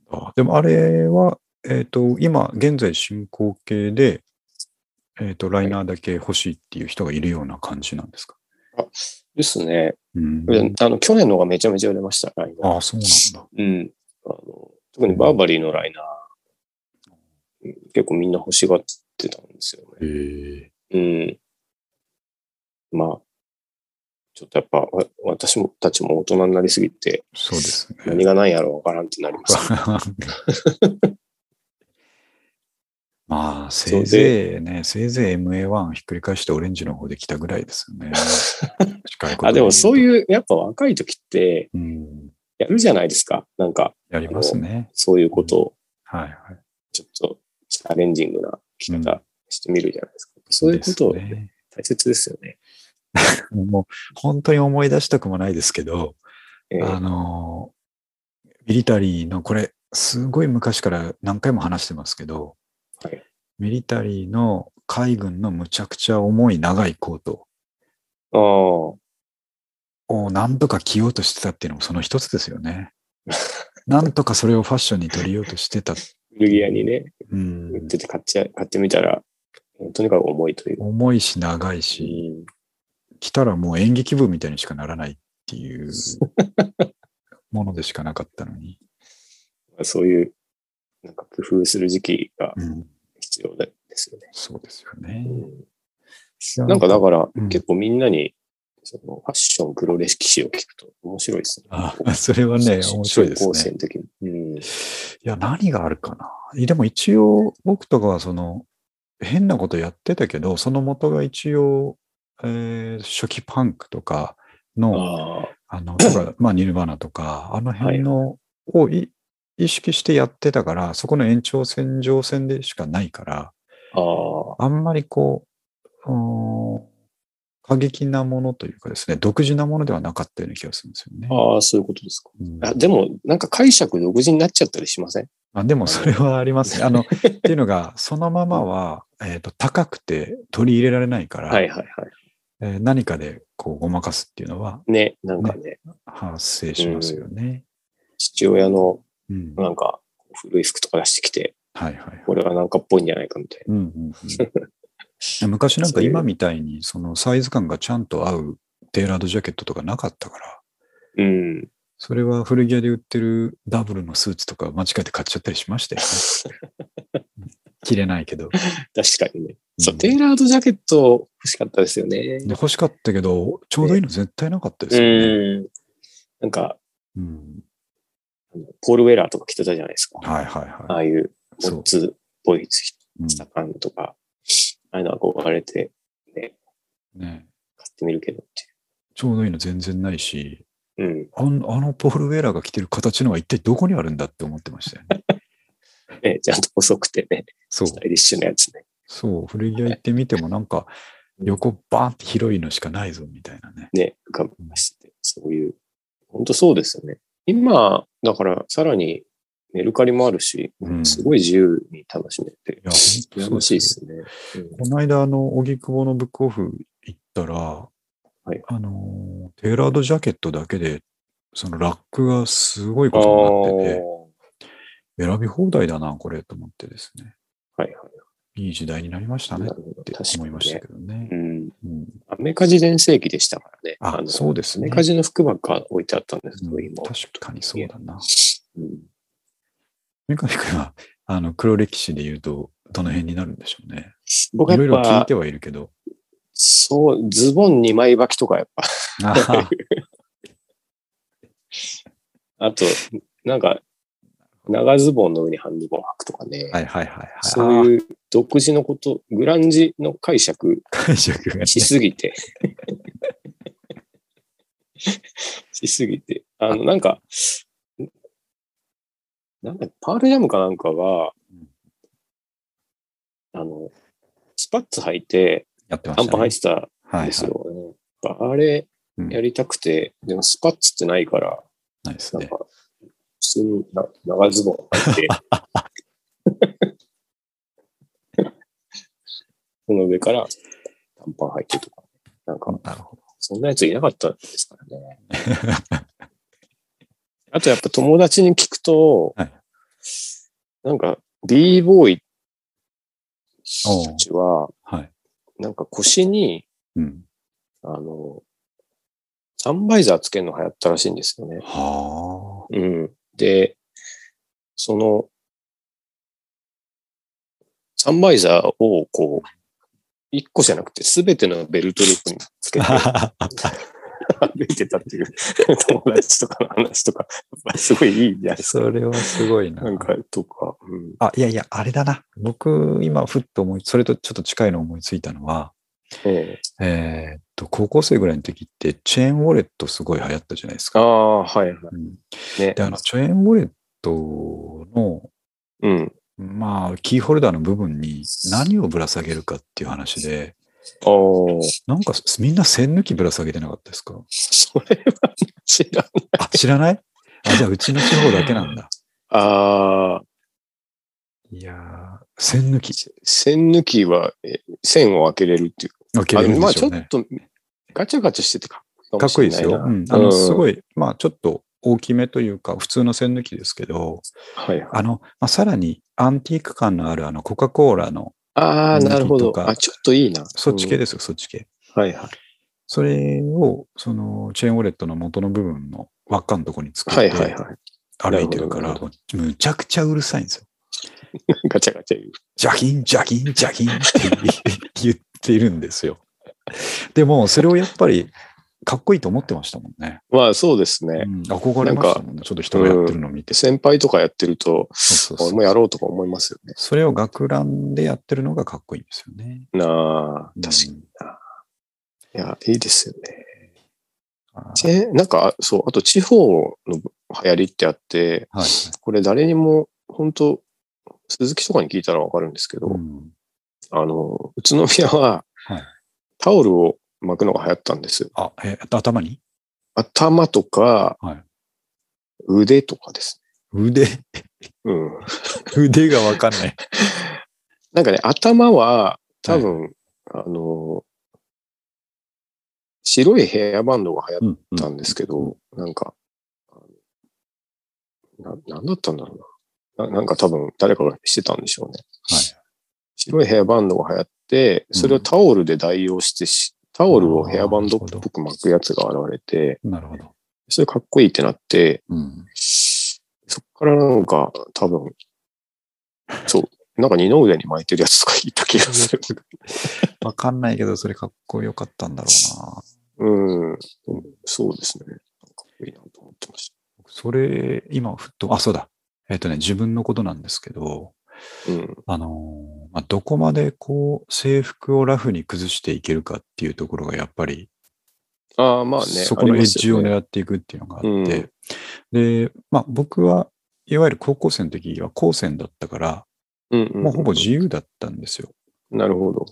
Speaker 1: あでもあれは、えっ、と、今、現在進行形で、えっ、と、ライナーだけ欲しいっていう人がいるような感じなんですか。
Speaker 2: ですね。
Speaker 1: うん。
Speaker 2: あの、去年のがめちゃめちゃ売れました、ライナー。
Speaker 1: ああ、そうなんだ。
Speaker 2: うん。あの特にバーバリーのライナー、結構みんな欲しがってたんですよ
Speaker 1: へ
Speaker 2: ね。
Speaker 1: え。
Speaker 2: うん。まあ、ちょっとやっぱ、わ私もたちも大人になりすぎて、
Speaker 1: そうですね。
Speaker 2: 何が何やらわからんってなります。
Speaker 1: [laughs] まあ、せいぜいね、せいぜい MA1 ひっくり返してオレンジの方で来たぐらいですよ
Speaker 2: [laughs]
Speaker 1: ね。近いこと
Speaker 2: あ、でもそう
Speaker 1: う。
Speaker 2: いう、やっぱ若い時って、
Speaker 1: うん、
Speaker 2: やるじゃないですか。なんか、
Speaker 1: やりますね。
Speaker 2: そういうことを、
Speaker 1: はいはい。
Speaker 2: ちょっとチャレンジングな着方してみるじゃないですか。そういうことを
Speaker 1: ですね
Speaker 2: 大切ですよね。
Speaker 1: もう、本当に思い出したくもないですけど、
Speaker 2: ええ
Speaker 1: あの、ミリタリーの、これ、すごい昔から何回も話してますけど、
Speaker 2: はい
Speaker 1: ミリタリーの海軍のむちゃくちゃ重い長いコート
Speaker 2: ああ、
Speaker 1: をなんとか着ようとしてたっていうのもその一つですよね。なんとかそれをファッションに取りようとしてた。
Speaker 2: 古着屋にね、
Speaker 1: うん
Speaker 2: 売ってて買っちゃ買ってみたら、とにかく重いという。
Speaker 1: 重いし長いうし、
Speaker 2: ん、
Speaker 1: 着たらもう演劇部みたいにしかならないっていう
Speaker 2: [laughs]
Speaker 1: ものでしかなかったのに。
Speaker 2: そういう、なんか工夫する時期が
Speaker 1: うん、
Speaker 2: 必要ですよね。
Speaker 1: そうですよね。
Speaker 2: うんなんかだから、
Speaker 1: うん
Speaker 2: 結構みんなに、そのファッション黒歴史を聞くと面白いですね。
Speaker 1: あ [laughs] それはね、面白いで
Speaker 2: 中
Speaker 1: す
Speaker 2: 高生
Speaker 1: ね。
Speaker 2: の時に。うん。
Speaker 1: いや、何があるかな。でも一応、僕とかはその、変なことやってたけど、その元が一応、えー初期パンクとかの、
Speaker 2: ああ、
Speaker 1: あの、とか、まあ、ニルバーナとか、あの辺の、をい意識してやってたから、そこの延長線上線でしかないから、
Speaker 2: ああ、
Speaker 1: あんまりこう、うーん過激なものというかですね、独自なものではなかったような気がするんですよね。
Speaker 2: ああ、そういうことですか。
Speaker 1: うん
Speaker 2: あでも、なんか解釈独自になっちゃったりしません
Speaker 1: あでもそれはありますね。あの、っていうのが、そのまま [laughs] は、えっ、と、高くて取り入れられないから、
Speaker 2: はいはいは。
Speaker 1: えー何かでこうごまかすっていうのはい
Speaker 2: ね、なんかね、
Speaker 1: 発生しますよね。
Speaker 2: 父親の
Speaker 1: うん。
Speaker 2: なんか古い服とか出してきて、
Speaker 1: はいはい。
Speaker 2: これはなんかっぽいんじゃないかみたい
Speaker 1: うんうんうん [laughs] 昔なんか今みたいに、そのサイズ感がちゃんと合うテーラードジャケットとかなかったから、
Speaker 2: な。うん。
Speaker 1: それは古着屋で売ってるダブルのスーツとか間違えて買っちゃったりしましたよ [laughs] ね。着れないけど。
Speaker 2: 確かにね。そう、
Speaker 1: うん
Speaker 2: テイラードジャケット欲しかったですよね。
Speaker 1: で欲しかったけど、ちょうどいいの絶対なかったですよね。
Speaker 2: うん。なんか、
Speaker 1: うん、
Speaker 2: ポールウェラーとか着てたじゃないですか。
Speaker 1: はいはいは
Speaker 2: ああいう、
Speaker 1: い。
Speaker 2: ボ
Speaker 1: そう
Speaker 2: ッ。ツっぽい
Speaker 1: うん
Speaker 2: 下感とか、ああいうの憧れて
Speaker 1: ね、
Speaker 2: 買ってみるけどっ
Speaker 1: ちょうどいいの全然ないし、
Speaker 2: て [laughs] いう。
Speaker 1: あのあのポールウェラーが着てる形のは一体どこにあるんだって思ってましたよ [laughs] ね。
Speaker 2: うん。ね、ちゃんと細くてね、
Speaker 1: そう
Speaker 2: ス。タイリッシュなやつね。
Speaker 1: そう。古着屋行ってみてもなんか、横バーンって広いのしかないぞみたいなね。
Speaker 2: ね、浮かびましてて、そういう、本当そうですよね。今、だから、さらに、メルカリもあるし、
Speaker 1: うん
Speaker 2: すごい自由に楽しめて、
Speaker 1: いやほんと
Speaker 2: 羨ましいですね。う
Speaker 1: こ
Speaker 2: ん
Speaker 1: の間、あの、荻窪のブックオフ行ったら、
Speaker 2: い
Speaker 1: あのー、テーラードジャケットだけで、そのラックがすごいことになってて、選び放題だな、これと思ってですね。
Speaker 2: あーはいはい
Speaker 1: いい時代になりましたね
Speaker 2: な
Speaker 1: っ
Speaker 2: るほど
Speaker 1: て
Speaker 2: 確かにね
Speaker 1: 思いましたけどね。
Speaker 2: うん。
Speaker 1: うん
Speaker 2: アメカジ全盛期でしたからね。
Speaker 1: あ
Speaker 2: の
Speaker 1: そうですね
Speaker 2: アメカジの服ばっか置いてあったんですけど、
Speaker 1: うん
Speaker 2: 今。
Speaker 1: 確かにそうだな。
Speaker 2: うん
Speaker 1: 三上君は、 [laughs] あの、黒歴史で言うと、どの辺になるんでしょうね。
Speaker 2: 僕
Speaker 1: いろ
Speaker 2: や
Speaker 1: い
Speaker 2: っ
Speaker 1: ろ聞い
Speaker 2: ぱ
Speaker 1: て、はいるけど。
Speaker 2: そう、ズボン2枚履きとかやっぱ。
Speaker 1: あー
Speaker 2: あと、なんか、長ズボンの上に半ズボン履くとかね。
Speaker 1: はいはいはいはい。
Speaker 2: そう
Speaker 1: う
Speaker 2: いう独自のこと、グランジの解釈
Speaker 1: 解釈がね。
Speaker 2: しす
Speaker 1: [laughs]
Speaker 2: ぎて。しすぎて。あの、なんか、なんか、パールジャムかなんかが
Speaker 1: うん、
Speaker 2: あの、スパッツ履いて、
Speaker 1: やってま
Speaker 2: 短
Speaker 1: した
Speaker 2: パン履
Speaker 1: ねはい
Speaker 2: い。てたんです
Speaker 1: はい。
Speaker 2: よね。やっぱあれ
Speaker 1: うん、
Speaker 2: やりたくて、でもスパッツってないから、
Speaker 1: ないです
Speaker 2: なん
Speaker 1: ね。
Speaker 2: か、普通にな長ズボン履いて、
Speaker 1: [laughs]
Speaker 2: その上から短パン履いてとか、なんか、
Speaker 1: なるほど。
Speaker 2: そんなやついなかったですからね。 [laughs] あとやっぱ友達に聞くと、
Speaker 1: はい
Speaker 2: なんか、b ボーイ
Speaker 1: おう
Speaker 2: たちは、
Speaker 1: はい。
Speaker 2: なんか腰に、
Speaker 1: うん。
Speaker 2: あの、サンバイザーつけるの流行ったらしいんですよね。
Speaker 1: は
Speaker 2: うん。で、その、サンバイザーを
Speaker 1: [laughs]
Speaker 2: こう、一個じゃなくて、すべてのベルトループにつけて、
Speaker 1: あ。
Speaker 2: 歩いてたっていう [laughs] 友達とかの話とか、やっぱりすごいいいじゃないですか。
Speaker 1: それはすごいな。
Speaker 2: なんか、とか、うん。
Speaker 1: あ、いやいや、あれだな。僕、今、ふっと思い、それとちょっと近いの思いついたのは、
Speaker 2: ええ
Speaker 1: えーっと、高校生ぐらいの時って、チェーンウォレットすごい流行ったじゃないです
Speaker 2: あ
Speaker 1: か。
Speaker 2: あ、はいは
Speaker 1: うん
Speaker 2: い。ね
Speaker 1: で、。あの、チェーンウォレットの、
Speaker 2: うん。
Speaker 1: まあ、キーホルダーの部分に何をぶら下げるかっていう話で、
Speaker 2: おお。
Speaker 1: なんかみんな線抜きぶら下げてなかったですか [laughs]
Speaker 2: それは知らん。
Speaker 1: あ、知らないあ、じゃあうちの地方だけなんだ。
Speaker 2: ああ、
Speaker 1: いやー、線抜き。
Speaker 2: 線抜きは、え線を開けれるっていう。
Speaker 1: 開け
Speaker 2: あ
Speaker 1: れるんで
Speaker 2: まあ
Speaker 1: し
Speaker 2: ち
Speaker 1: ょ
Speaker 2: ょ
Speaker 1: う
Speaker 2: っ
Speaker 1: ね。
Speaker 2: と、ガチャガチャしててかっ
Speaker 1: かっこいいですよ。うん、あの、す
Speaker 2: い。
Speaker 1: ごい、まあちょっと大きめというか、普通の線抜きですけど、
Speaker 2: はいはい。
Speaker 1: あの、まあ、さらにアンティーク感のあるあの、コカ・コーラの、
Speaker 2: ああ、なるほ
Speaker 1: 抜
Speaker 2: ど
Speaker 1: き。とか
Speaker 2: あ、ちょっといいな。
Speaker 1: そっち系
Speaker 2: で。
Speaker 1: ですよ、そっち系。
Speaker 2: はい [laughs] はい。
Speaker 1: それを、その、チェーンウォレットの元の部分の輪っかのとこに作
Speaker 2: は
Speaker 1: っ
Speaker 2: いはい
Speaker 1: て
Speaker 2: は
Speaker 1: 歩いてるから、
Speaker 2: なるほ
Speaker 1: むちゃくちゃうるさいんですよ。
Speaker 2: い。ガチャガチャ言う。
Speaker 1: ジャキン、ジャキン、ジャキンって言言ってるんですよ。でも、それをやっぱり、かっこいいと思ってましたもんね。
Speaker 2: まあそうですね。
Speaker 1: うん憧れましたもんね。ちょっと人がやってるのを見て。
Speaker 2: 先輩とかやってると、
Speaker 1: そうそう
Speaker 2: 俺
Speaker 1: そう
Speaker 2: もやろうとか思いますよね。
Speaker 1: それを学ランでやってるのがかっこいいんですよね。
Speaker 2: なあ、
Speaker 1: うん
Speaker 2: 確かにな。いや、いいですよね。
Speaker 1: あ
Speaker 2: チェーンなんか、そう、あと地方の流行りってあって、
Speaker 1: はい。
Speaker 2: これ誰にも、本当鈴木とかに聞いたらわかるんですけど、
Speaker 1: うん
Speaker 2: あの、宇都宮は
Speaker 1: はい、
Speaker 2: タオルを巻くのが流行ったんです。
Speaker 1: あ、え、頭に
Speaker 2: 頭とか
Speaker 1: はい、
Speaker 2: 腕とかです
Speaker 1: 腕、 [laughs]
Speaker 2: ね。うん。
Speaker 1: 腕がわかんない。
Speaker 2: なんかね、頭は、多分、あの、白いヘアバンドが流
Speaker 1: う
Speaker 2: 行っ
Speaker 1: んうん
Speaker 2: たんですけど、なんか、あのな、なんだったんだろうな。ななんか多分誰かがしてたんでしょうね。
Speaker 1: はい
Speaker 2: 白いヘアバンドが流行って、それをタオルで代用してし、タオルをヘアバンドっぽく巻くやつが現れて、
Speaker 1: なるほど。
Speaker 2: それかっこいいってなって、
Speaker 1: うん。
Speaker 2: そっからなんか多分、そう、なんか二の腕に巻いてるやつとかいた気がする。
Speaker 1: [laughs] わかんないけど、それかっこよかったんだろうな。
Speaker 2: うん、そうですね。かっこいいなと思ってまし
Speaker 1: それ、今、ふっと、あ、そうだ。えっ、とね、自分のことなんですけど、
Speaker 2: た。うん。
Speaker 1: あのーまあ、どこまでこう、制服をラフに崩していけるかっていうところが、やっぱり、
Speaker 2: ああ、まあね。
Speaker 1: そこのエッジを
Speaker 2: あり
Speaker 1: 狙っていくっていうのがあって、
Speaker 2: ますよね
Speaker 1: で、まあ、僕はいわゆる高校生の時は高専だったから、
Speaker 2: うんうんうん
Speaker 1: もうほぼ自由だったんですよ。
Speaker 2: なるほど。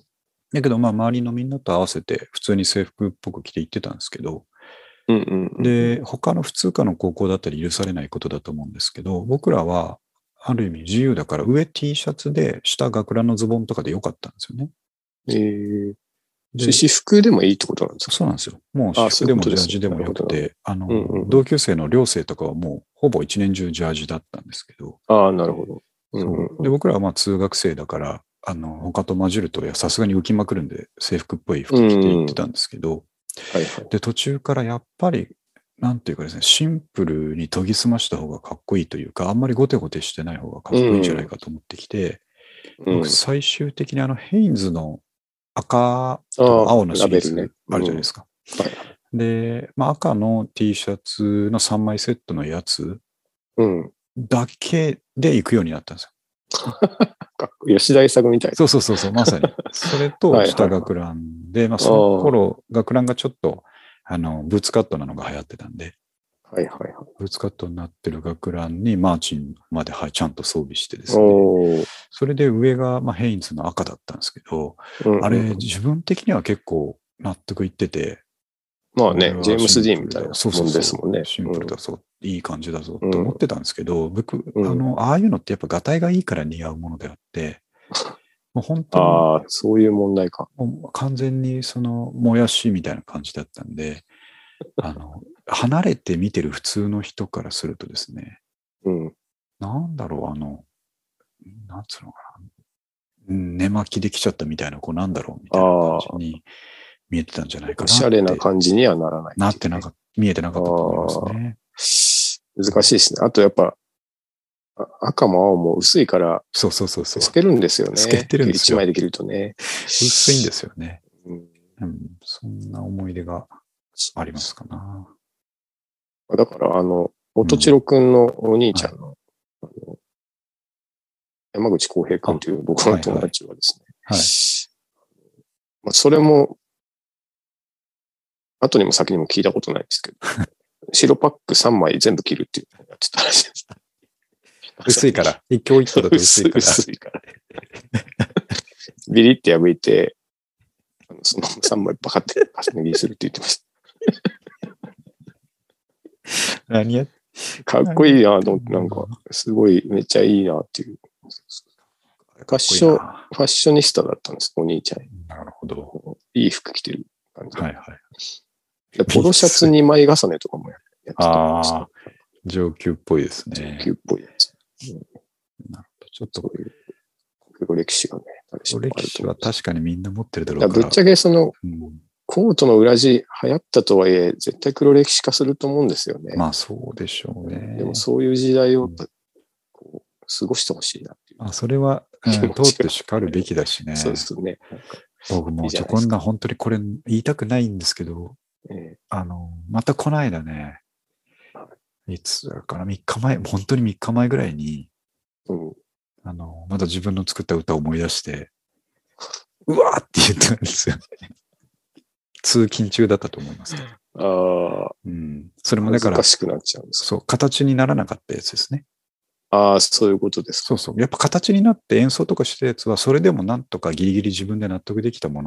Speaker 1: だけど、まあ、周りのみんなと合わせて、普通に制服っぽく着て行ってたんですけど、
Speaker 2: うんうんうん。
Speaker 1: で、他の普通科の高校だったり許されないことだと思うんですけど、僕らは、ある意味自由だから、上 T シャツで、下学ランのズボンとかでよかったんですよね。
Speaker 2: えー、
Speaker 1: で
Speaker 2: し私服でもいいってことなんですか
Speaker 1: そうなんですよ。もう
Speaker 2: あ
Speaker 1: 私服でも
Speaker 2: そう
Speaker 1: ジ
Speaker 2: い
Speaker 1: ャ
Speaker 2: うこ
Speaker 1: ージでも
Speaker 2: とです
Speaker 1: よくて、あの、
Speaker 2: うんうん
Speaker 1: 同級生の寮生とかはもう、ほぼ一年中ジャージだったんですけど、
Speaker 2: ああ、なるほど。うん
Speaker 1: そううん
Speaker 2: うん
Speaker 1: で僕らはまあ通学生だから、あの他と混じるといやさすがに浮きまくるんで制服っぽい服着て行ってたんですけど、
Speaker 2: はいはい。
Speaker 1: で途中からやっぱり、なんていうかですね、シンプルに研ぎ澄ました方がかっこいいというか、あんまりゴテゴテしてない方がかっこいいんじゃないかと思ってきて、
Speaker 2: うん
Speaker 1: 僕最終的にあのヘインズの赤と青のシリーズ
Speaker 2: あーラベルね
Speaker 1: あるじゃないですか。
Speaker 2: うんはい
Speaker 1: で、まあ、赤の T シャツの3枚セットのやつ
Speaker 2: うん。
Speaker 1: だけで行くようになったんですよ
Speaker 2: かっこ吉田栄作みたい
Speaker 1: そうそうそうそう、ま
Speaker 2: [laughs]
Speaker 1: さに。それと、
Speaker 2: はいはい
Speaker 1: 下学ランで、まあ、その頃、学ランがちょっと、あの、ブーツカットなのが流行ってたんで、
Speaker 2: な。はいはいは
Speaker 1: ブーツカットになってる学ランにマーチンまで、はい、ちゃんと装備してで
Speaker 2: い。
Speaker 1: すね。
Speaker 2: おー
Speaker 1: それで上が、まあ、ヘインズの赤だったんですけど、
Speaker 2: うんうん
Speaker 1: あれ、自分的には結構納得いってて。
Speaker 2: まあ
Speaker 1: これ
Speaker 2: ね、
Speaker 1: は
Speaker 2: ジェームス・ディーンみたいなも
Speaker 1: シンプルだ
Speaker 2: んですもんね。
Speaker 1: そうそうそうシンプルだそう、いい感じだぞと
Speaker 2: うん
Speaker 1: 思ってたんですけど、僕、
Speaker 2: うん
Speaker 1: あの、ああいうのってやっぱ、がたいがいいから似合うものであって、もう本当に
Speaker 2: ああ、そういう問題か。
Speaker 1: もう完全にそのもやしみたいな感じだったんで、あの、離れて見てる普通の人からするとですね、
Speaker 2: うん。
Speaker 1: なんだろう、あの、なんつうのかな、うん寝巻きできちゃったみたいな、こうなんだろうみたいな感じに見えてたんじゃないかな
Speaker 2: お
Speaker 1: って。
Speaker 2: しゃれな感じにはならない
Speaker 1: なって
Speaker 2: い
Speaker 1: な
Speaker 2: うね
Speaker 1: か見えてなかったと思いますね。
Speaker 2: 難しいですね。あとやっぱ、あ赤も青も薄いから
Speaker 1: そうそうそうそう
Speaker 2: 透。けるんですよね。
Speaker 1: 透けてるんですよ
Speaker 2: 一枚できるとね。
Speaker 1: 薄いんですよね。
Speaker 2: うん
Speaker 1: うん、そんな思い出がありますかな。
Speaker 2: だから、あの、元千代くんのお兄ちゃんの、あの山口浩平くんという僕の友達はですね、
Speaker 1: はいはいは
Speaker 2: まあ、それも、後にも先にも聞いたことない
Speaker 1: [laughs]
Speaker 2: んですけど、白パック3枚全部切るっていうのをやってたらしいです。
Speaker 1: 薄いから。一挙一挙だと薄
Speaker 2: 薄
Speaker 1: い
Speaker 2: い
Speaker 1: から。
Speaker 2: [laughs] 薄いから。ビリって破いて、あのその3枚バカって重ね着するって言ってました。
Speaker 1: 何や
Speaker 2: かっこいいなと思って、なんか、すごい、めっちゃいいなっていう。合唱、フ
Speaker 1: な
Speaker 2: ァッショニスタだったんです、お兄ちゃん。
Speaker 1: なるほど。
Speaker 2: いい服着てる感じで。
Speaker 1: はいはい。
Speaker 2: でポロシャツ2枚重ねとかもやってたん
Speaker 1: あ
Speaker 2: です
Speaker 1: あ、上級っぽいです
Speaker 2: よ。
Speaker 1: ね。
Speaker 2: 上級っぽいやつ。
Speaker 1: ちょっと
Speaker 2: そういう、こういう歴史がね、誰しもある
Speaker 1: 歴史
Speaker 2: と思
Speaker 1: は
Speaker 2: うんです
Speaker 1: 確かにみんな持ってるだろ
Speaker 2: だか
Speaker 1: う
Speaker 2: ら
Speaker 1: か
Speaker 2: ぶ
Speaker 1: ら。
Speaker 2: っちゃけその、
Speaker 1: うん
Speaker 2: コートの裏地流行ったとはいえ、絶対黒歴史化すると思うんですよね。
Speaker 1: まあそうでしょうね。
Speaker 2: でもそういう時代
Speaker 1: う
Speaker 2: を
Speaker 1: ん、
Speaker 2: こう、過ごしてほしいなっていう。
Speaker 1: あそれは、うん
Speaker 2: 気持ちが
Speaker 1: 通ってしかるべきだしね。
Speaker 2: そうですね。なんか
Speaker 1: 僕
Speaker 2: い
Speaker 1: も
Speaker 2: いじ
Speaker 1: ちょ
Speaker 2: ゃないで
Speaker 1: こ
Speaker 2: す
Speaker 1: ん
Speaker 2: か
Speaker 1: な本当にこれ言いたくないんですけど、
Speaker 2: ええ
Speaker 1: あの、またこの間ね、いつだから3日前、本当に3日前ぐらいに、
Speaker 2: うん。
Speaker 1: あの、まだ自分の作った歌を思い出して、うわーって言ったんですよ。通勤中だったと思いますけど。
Speaker 2: あ
Speaker 1: うん。それ
Speaker 2: あ、
Speaker 1: もだ
Speaker 2: 恥
Speaker 1: か
Speaker 2: ず
Speaker 1: ら
Speaker 2: か、しくなっちゃうんですか。
Speaker 1: そう、形にならなかったやつですね。
Speaker 2: ああ、そういうことですか。
Speaker 1: そうそう。やっぱ形になって演奏とかしたやつは、それでもなんとかギリギリ自分で納得できたも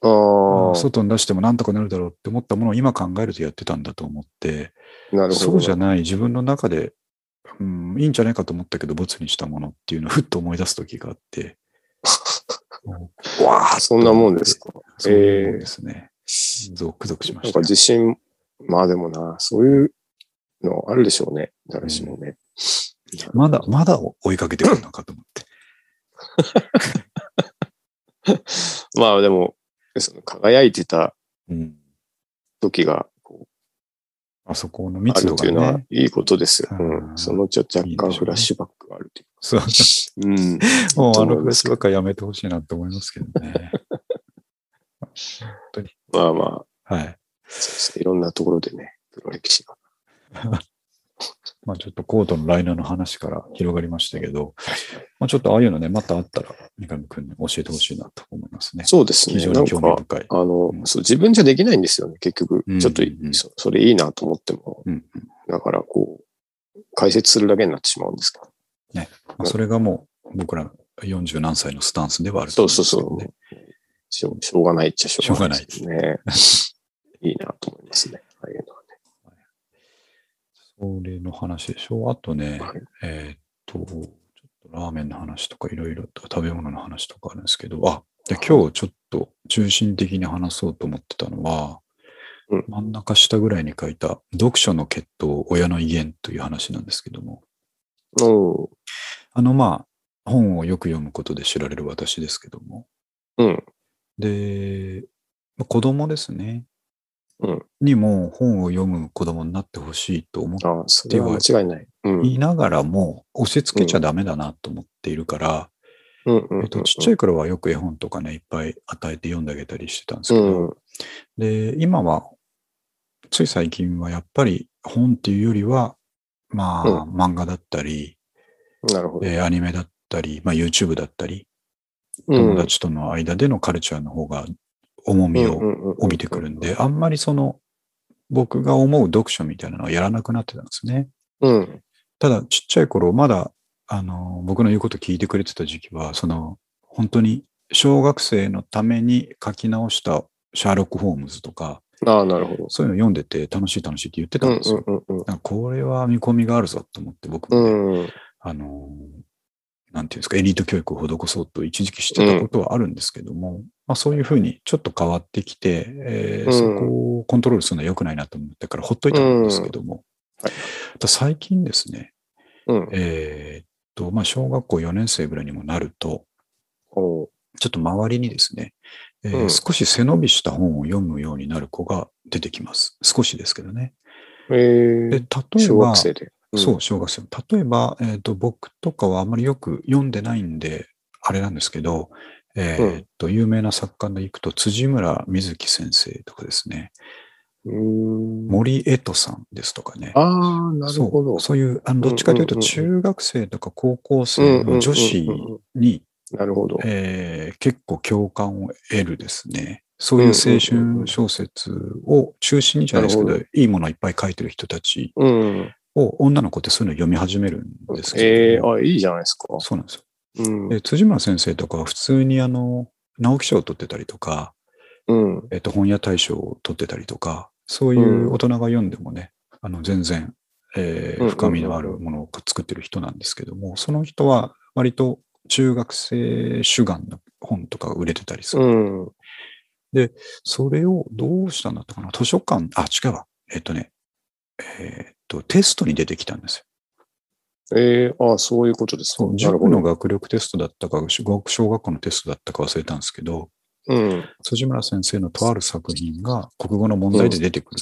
Speaker 1: の、
Speaker 2: ああ、
Speaker 1: 外に出してもなんとかなるだろうって思ったものを今考えるとやってたんだと思って、
Speaker 2: なるほど。
Speaker 1: そうじゃない自分の中で、うん、いいんじゃないかと思ったけど、ボツにしたものっていうのをふっと思い出す時があって、もうわーっと思って
Speaker 2: そんなもんですか。
Speaker 1: そういうもんですね。ゾクゾクしま
Speaker 2: な
Speaker 1: し
Speaker 2: ん
Speaker 1: たよ。
Speaker 2: か自信、まあでもな、そういうのあるでしょうね。誰しもね。
Speaker 1: まだ、まだ追いかけてくるのかと思って。
Speaker 2: まあでも、その輝いてた
Speaker 1: うん、
Speaker 2: 時がこ
Speaker 1: あそこの
Speaker 2: うあ
Speaker 1: 密
Speaker 2: る
Speaker 1: 度
Speaker 2: というの
Speaker 1: が
Speaker 2: は
Speaker 1: ね。
Speaker 2: いいことですよ。
Speaker 1: うん
Speaker 2: うん。そのうちは若
Speaker 1: いいでしょう
Speaker 2: 干
Speaker 1: ね
Speaker 2: フラッシュバックがあるという
Speaker 1: そう
Speaker 2: うん。
Speaker 1: もうあのフラ
Speaker 2: フラッ
Speaker 1: ッ
Speaker 2: シ
Speaker 1: シュ
Speaker 2: ュバ
Speaker 1: ば
Speaker 2: ッ
Speaker 1: っかやめてほしいなと思いますけど
Speaker 2: [laughs]
Speaker 1: ね。
Speaker 2: ク。まあまあ、
Speaker 1: はい。
Speaker 2: そうですねいろんなところでね、黒歴史が。
Speaker 1: まあちょっとコートのライナーの話から広がりましたけど、まあちょっとああいうのね、またあったら三上くんに教えてほしいなと思いますね。
Speaker 2: そうです
Speaker 1: 非
Speaker 2: ね。
Speaker 1: 常
Speaker 2: なん
Speaker 1: に興味深
Speaker 2: か、
Speaker 1: い。
Speaker 2: あの、
Speaker 1: うん
Speaker 2: そう、自分じゃできないんですよね、結局
Speaker 1: うん。
Speaker 2: ちょっとい、
Speaker 1: うん
Speaker 2: そそれいいなと思っても、
Speaker 1: うん
Speaker 2: だからこう、解説するだけになってしまうんですけど。
Speaker 1: まあそれがもう僕ら40何歳のスタンスではあると
Speaker 2: そ
Speaker 1: 思
Speaker 2: うそう
Speaker 1: ですけど
Speaker 2: そ
Speaker 1: ね
Speaker 2: う。しょうしょうがないっちゃしょうがないですね。 [laughs] いいなと思いますね。ああいうのは
Speaker 1: それの話でしょ。あとね、
Speaker 2: はい
Speaker 1: えーっと、ちょっとラーメンの話とかいろいろと食べ物の話とかあるんですけど、あ、で今日ちょっと中心的に話そうと思ってたのは、
Speaker 2: うん
Speaker 1: 真ん中下ぐらいに書いた読書の血統、親の威厳という話なんですけども、
Speaker 2: お
Speaker 1: あのまあ、本をよく読むことで知られる私ですけども、
Speaker 2: ーうん。
Speaker 1: で、まあ子供ですね。
Speaker 2: うん
Speaker 1: にも本を読む子供になってほしいと思っ
Speaker 2: ああ、それは間違いない。うん。うん
Speaker 1: いながらも押し付けちゃダメだなと思っているから、
Speaker 2: うんうんうん。
Speaker 1: えっと、ちっちゃい頃はよく絵本とかね、いっぱい与えて読んであげたりしてたんですけ
Speaker 2: う
Speaker 1: ど、
Speaker 2: ん。
Speaker 1: で、今は、つい最近はやっぱり本っていうよりは、まあ、
Speaker 2: う
Speaker 1: 漫画だったり、
Speaker 2: なるほど。
Speaker 1: えーアニメだったり、まあ、YouTube だったり、
Speaker 2: うん
Speaker 1: 友達との間でのカルチャーの方が重みを帯びてくるん。で、あんまりその、僕が思う読書みたいなのはやらなくなってたんですね。
Speaker 2: うんうん
Speaker 1: ただ、ちっちゃい頃、まだ、あの、僕の言うこと聞いてくれてた時期は、その、本当に、小学生のために書き直したシャーロック・ホームズとか、
Speaker 2: うん。ああ、なるほど。
Speaker 1: そういうの読んでて、楽しい楽しいって言って
Speaker 2: う
Speaker 1: た
Speaker 2: ん
Speaker 1: んですよ。
Speaker 2: うんうん
Speaker 1: なんかこれは見込みがあるぞと思って、僕
Speaker 2: う
Speaker 1: もね、
Speaker 2: ん。うん。
Speaker 1: あの、なんていうんですか、エリート教育を施そうと一時期してたことはあるんですけども、まあ、そういうふうにちょっと変わってきて、えー
Speaker 2: うん
Speaker 1: そこをコントロールするのは良くないなと思ったから、ほっといたんですけども、
Speaker 2: はい
Speaker 1: ただ最近ですね、
Speaker 2: うん。
Speaker 1: えーっと、まあ、小学校4年生ぐらいにもなると、
Speaker 2: おー
Speaker 1: ちょっと周りにですね、えー
Speaker 2: うん
Speaker 1: 少し背伸びした本を読むようになる子が出てきます。少しですけどね。
Speaker 2: え
Speaker 1: で、
Speaker 2: え
Speaker 1: 例。え
Speaker 2: 小
Speaker 1: ば
Speaker 2: 学、生で。ん
Speaker 1: そう、小学生。例えば、えーっと、僕とかはあんまりよく読んでないんで、あれなんですけど、えーっと、有名な作家でいくと、辻村瑞希先生とかですね、
Speaker 2: うーん。
Speaker 1: 森江戸さんですとかね。
Speaker 2: ああ、なるほど。
Speaker 1: そうそういう、あのどっちかというと、
Speaker 2: うんうんうん
Speaker 1: 中学生とか高校
Speaker 2: うん
Speaker 1: 生
Speaker 2: うんうんうん
Speaker 1: の女子に、
Speaker 2: なるほど。
Speaker 1: えー結構共感を得るですね。そういう青春小説を中心にじゃないですけど、
Speaker 2: な
Speaker 1: いいものをいっぱい書いてる人たち
Speaker 2: うん。
Speaker 1: を、女の子ってそういうの読み始めるんですけ
Speaker 2: ええ
Speaker 1: ども、
Speaker 2: あ、いいじゃないですか。
Speaker 1: そうなんですよ。
Speaker 2: うん。
Speaker 1: で辻村先生とかは普通にあの、直木賞を取ってたりとか、
Speaker 2: うん。
Speaker 1: えっと、本屋大賞を取ってたりとか、そういう大人が読んでもね、あの全然、えー
Speaker 2: うん
Speaker 1: 深みのあるものを作ってる人なんですけども、その人は割と中学生主眼の本とかが売れてたりする。
Speaker 2: うん。
Speaker 1: それをどうしたんだったかな図書館、あ、違うわ。えっとね、えーっと、テストに出てきたんですよ。
Speaker 2: ええあ、そういうことです
Speaker 1: そ
Speaker 2: か。
Speaker 1: う、
Speaker 2: なる
Speaker 1: 塾
Speaker 2: ほ
Speaker 1: の
Speaker 2: ど。
Speaker 1: 学力テストだったか、小学校のテストだったか忘れたんですけど、
Speaker 2: うん。
Speaker 1: 辻村先生のとある作品が国語の問題で出てくる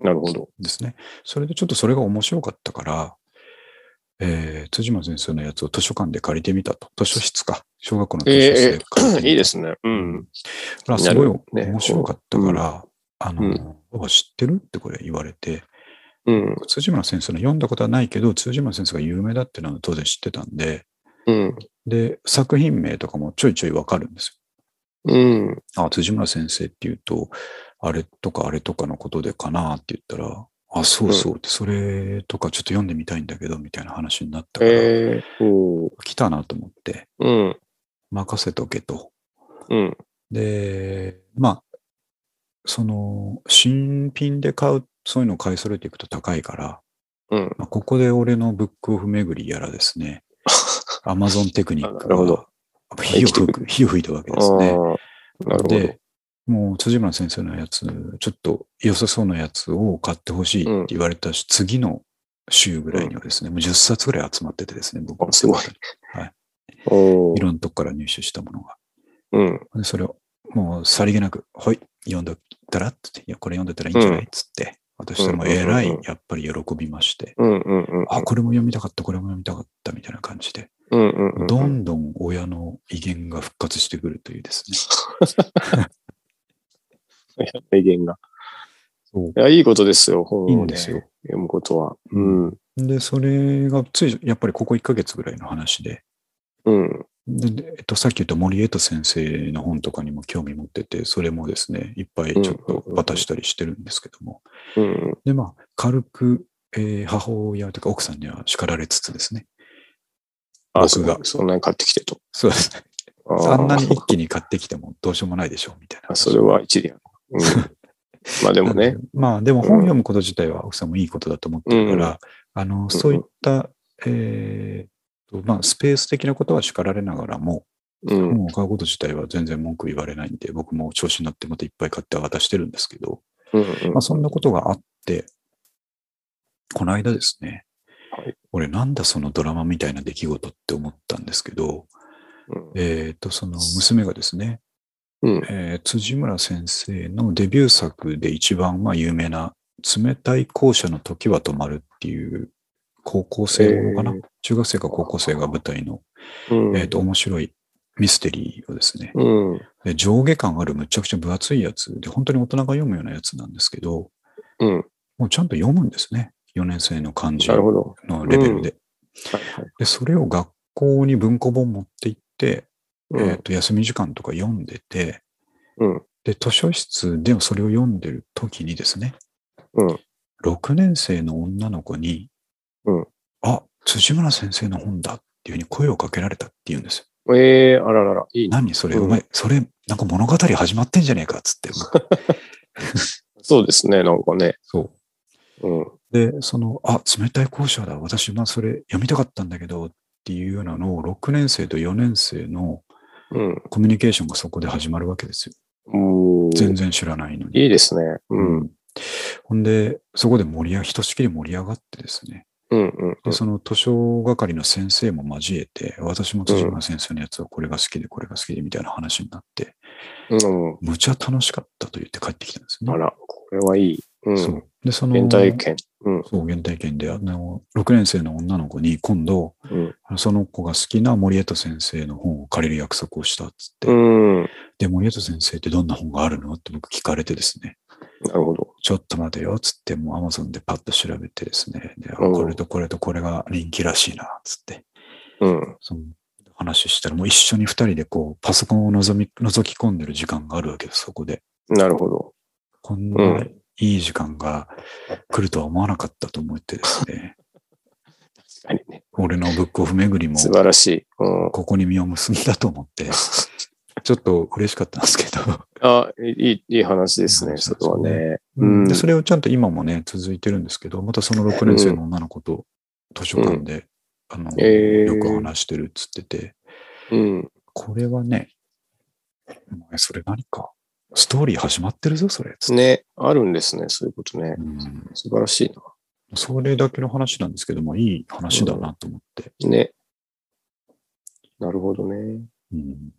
Speaker 2: なるほど。
Speaker 1: ですね。それでちょっとそれが面白かったから、えー、辻間先生のやつを図書館で借りてみたと。図書室か。小学校の図書
Speaker 2: え
Speaker 1: 室
Speaker 2: え
Speaker 1: で借りてみた。
Speaker 2: いいですね。うん。
Speaker 1: だからすごい面白かったか
Speaker 2: な
Speaker 1: ら、あの、あ知ってるってこれ言われて、
Speaker 2: うん。
Speaker 1: 辻村先生の読んだことはないけど、辻村先生が有名だってのは当然知ってたんで、
Speaker 2: うん。
Speaker 1: で、作品名とかもちょいちょいわかるんです
Speaker 2: うん。
Speaker 1: よ。あ、辻村先生って言うと、あれとかあれとかのことでかなって言ったら、あ、そうそうって、それとかちょっと読んでみたいんだけど、みたいな話になったから、
Speaker 2: ええおー
Speaker 1: 来たなと思って、
Speaker 2: うん。
Speaker 1: 任せとけと。
Speaker 2: うん。
Speaker 1: で、まあ、その、新品で買う、そういうのを買い揃えていくと高いから、
Speaker 2: うん。
Speaker 1: まあ、ここで俺のブックオフ巡りやらです
Speaker 2: [laughs]
Speaker 1: ね、アマゾンテクニック
Speaker 2: なるほど
Speaker 1: が火を吹く、火を吹いたわけ
Speaker 2: あ
Speaker 1: ですね。
Speaker 2: あ、なるほど。
Speaker 1: で、もう辻村先生のやつ、ちょっと良さそうなやつを買ってほしいって言われたし、次の週ぐらいにはですね、もう10冊ぐらい集まっててですね、僕
Speaker 2: あすごいお
Speaker 1: い
Speaker 2: ー
Speaker 1: ろんなとこから入手したものが。
Speaker 2: うん。
Speaker 1: で、それを、もうさりげなく、はい、読んだったらっつって、いや、これ読んでたらいいんじゃな
Speaker 2: う
Speaker 1: いっつって、私はもう
Speaker 2: うんうんうん
Speaker 1: え
Speaker 2: うん
Speaker 1: らい、やっぱり喜びまして、
Speaker 2: うんうんうん。
Speaker 1: あ、これも読みたかった、これも読みたかった、みたいな感じで、
Speaker 2: うんうんうん。
Speaker 1: どんどん親の威厳が復活してくるというですね。
Speaker 2: 名言が。
Speaker 1: そう
Speaker 2: いや、いいことですよ、本を、ね。
Speaker 1: いいんですよ。
Speaker 2: 読むことは。うん。
Speaker 1: で、それがつい、やっぱりここ1ヶ月ぐらいの話で、
Speaker 2: うん。
Speaker 1: ででえっと、さっき言った森江戸先生の本とかにも興味持ってて、それもですね、いっぱいちょっと渡したりしてるんですけども、
Speaker 2: うん。
Speaker 1: で、まあ、軽く、えー母親とか奥さんには叱られつつですね。
Speaker 2: あ、
Speaker 1: 僕
Speaker 2: そ
Speaker 1: が
Speaker 2: う。そんなに買ってきてと。
Speaker 1: そうですね。
Speaker 2: あー
Speaker 1: あんなに一気に買ってきてもどうしようもないでしょう、みたいな。
Speaker 2: あそれは一理ある。
Speaker 1: [laughs]
Speaker 2: うん。まあ
Speaker 1: で
Speaker 2: でもね。。
Speaker 1: まあ、でも本読むこと自体は奥さんもいいことだと思ってるから、あの、そういった、えーとまあ、スペース的なことは叱られながらも、
Speaker 2: うん。
Speaker 1: 本を買うこと自体は全然文句言われないんで、僕も調子になってまたいっぱい買って渡してるんですけど、
Speaker 2: うん。
Speaker 1: まあ、そんなことがあって、この間ですね、
Speaker 2: はい
Speaker 1: 俺なんだそのドラマみたいな出来事って思ったんですけど、
Speaker 2: うん
Speaker 1: えっ、と、その娘がですね、
Speaker 2: うん。
Speaker 1: えー辻村先生のデビュー作で一番まあ有名な、冷たい校舎の時は止まるっていう、高校生ものかな、
Speaker 2: えー
Speaker 1: 中学生か高校生が舞台の、
Speaker 2: うん。
Speaker 1: えっ、と、面白いミステリーをですね、
Speaker 2: うん。
Speaker 1: で上下感あるむちゃくちゃ分厚いやつで、本当に大人が読むようなやつなんですけど、
Speaker 2: うん。
Speaker 1: もうちゃんと読むんですね。4年生の漢字
Speaker 2: なるほど。
Speaker 1: のレベルで。
Speaker 2: はいはい。
Speaker 1: で、それを学校に文庫本持って行って、
Speaker 2: う
Speaker 1: えっ
Speaker 2: ん。
Speaker 1: と休み時間とか読んでて、
Speaker 2: うん
Speaker 1: で、図書室でもそれを読んでる時にですね、
Speaker 2: うん
Speaker 1: 6年生の女の子に、
Speaker 2: うん
Speaker 1: あ、辻村先生の本だっていうふうに声をかけられたって言うんですよ。
Speaker 2: ええあららら。いいね。
Speaker 1: 何それ、お前、それ、なんか物語始まってんじゃねえかっつ
Speaker 2: [laughs]
Speaker 1: って。
Speaker 2: そうですね、なんかね。
Speaker 1: そう。
Speaker 2: うん。
Speaker 1: で、その、あ、冷たい校舎だ。私、まあ、それ読みたかったんだけど、っていうようなのを、6年生と4年生の
Speaker 2: うん。
Speaker 1: コミュニケーションがそこで始まるわけですよ。
Speaker 2: おー
Speaker 1: 全然知らないのに。
Speaker 2: いいですね。うん。。
Speaker 1: ほんで、そこで盛り上が、ひとしきり盛り上がってですね。
Speaker 2: うん。うん。
Speaker 1: で、その図書係の先生も交えて、私も辻村先生のやつはこれが好きで、これが好きで、みたいな話になって、
Speaker 2: うん。
Speaker 1: むちゃ楽しかったと言って帰ってきたんですね
Speaker 2: あ。ら、これはいい。う
Speaker 1: そ
Speaker 2: ん。
Speaker 1: う。で、その、
Speaker 2: 原体験。うん。
Speaker 1: そう、原体験で、あの、6年生の女の子に、今度、
Speaker 2: うん。
Speaker 1: その子が好きな森江戸先生の本を借りる約束をしたっつって、
Speaker 2: うん。
Speaker 1: で、森江戸先生ってどんな本があるのって僕聞かれてですね、
Speaker 2: なるほど。
Speaker 1: ちょっと待てよ、つって、もう Amazon でパッと調べてですね、で、あ
Speaker 2: うん
Speaker 1: これとこれとこれが人気らしいな、つって、
Speaker 2: うん。
Speaker 1: その話したら、もう一緒に二人でこう、パソコンを覗み、覗き込んでる時間があるわけです、そこで。
Speaker 2: なるほど。
Speaker 1: こん
Speaker 2: う
Speaker 1: なんいい時間が来るとは思わなかったと思ってですね、
Speaker 2: 確かにね。
Speaker 1: 俺のブックオフ巡りも、
Speaker 2: 素晴らしい。うん。
Speaker 1: ここに実を結んだと思
Speaker 2: [laughs]
Speaker 1: って、ちょっと嬉しかったんですけど。
Speaker 2: あ、いい、いい話ですね、
Speaker 1: そ
Speaker 2: そうれはね。うん
Speaker 1: でそれをちゃんと今もね、続いてるんですけど、またその6年生の女の子と図書館で、あの、
Speaker 2: えー
Speaker 1: よく話してるっつってて、
Speaker 2: うん。
Speaker 1: これはね、お前それ何か、ストーリー始まってるぞ、それ。つって
Speaker 2: ね、あるんですね、そういうことね。
Speaker 1: うん
Speaker 2: 素晴らしいな。
Speaker 1: それだけの話なんですけども、いい話だなと思って。
Speaker 2: ね。なるほどね。
Speaker 1: うん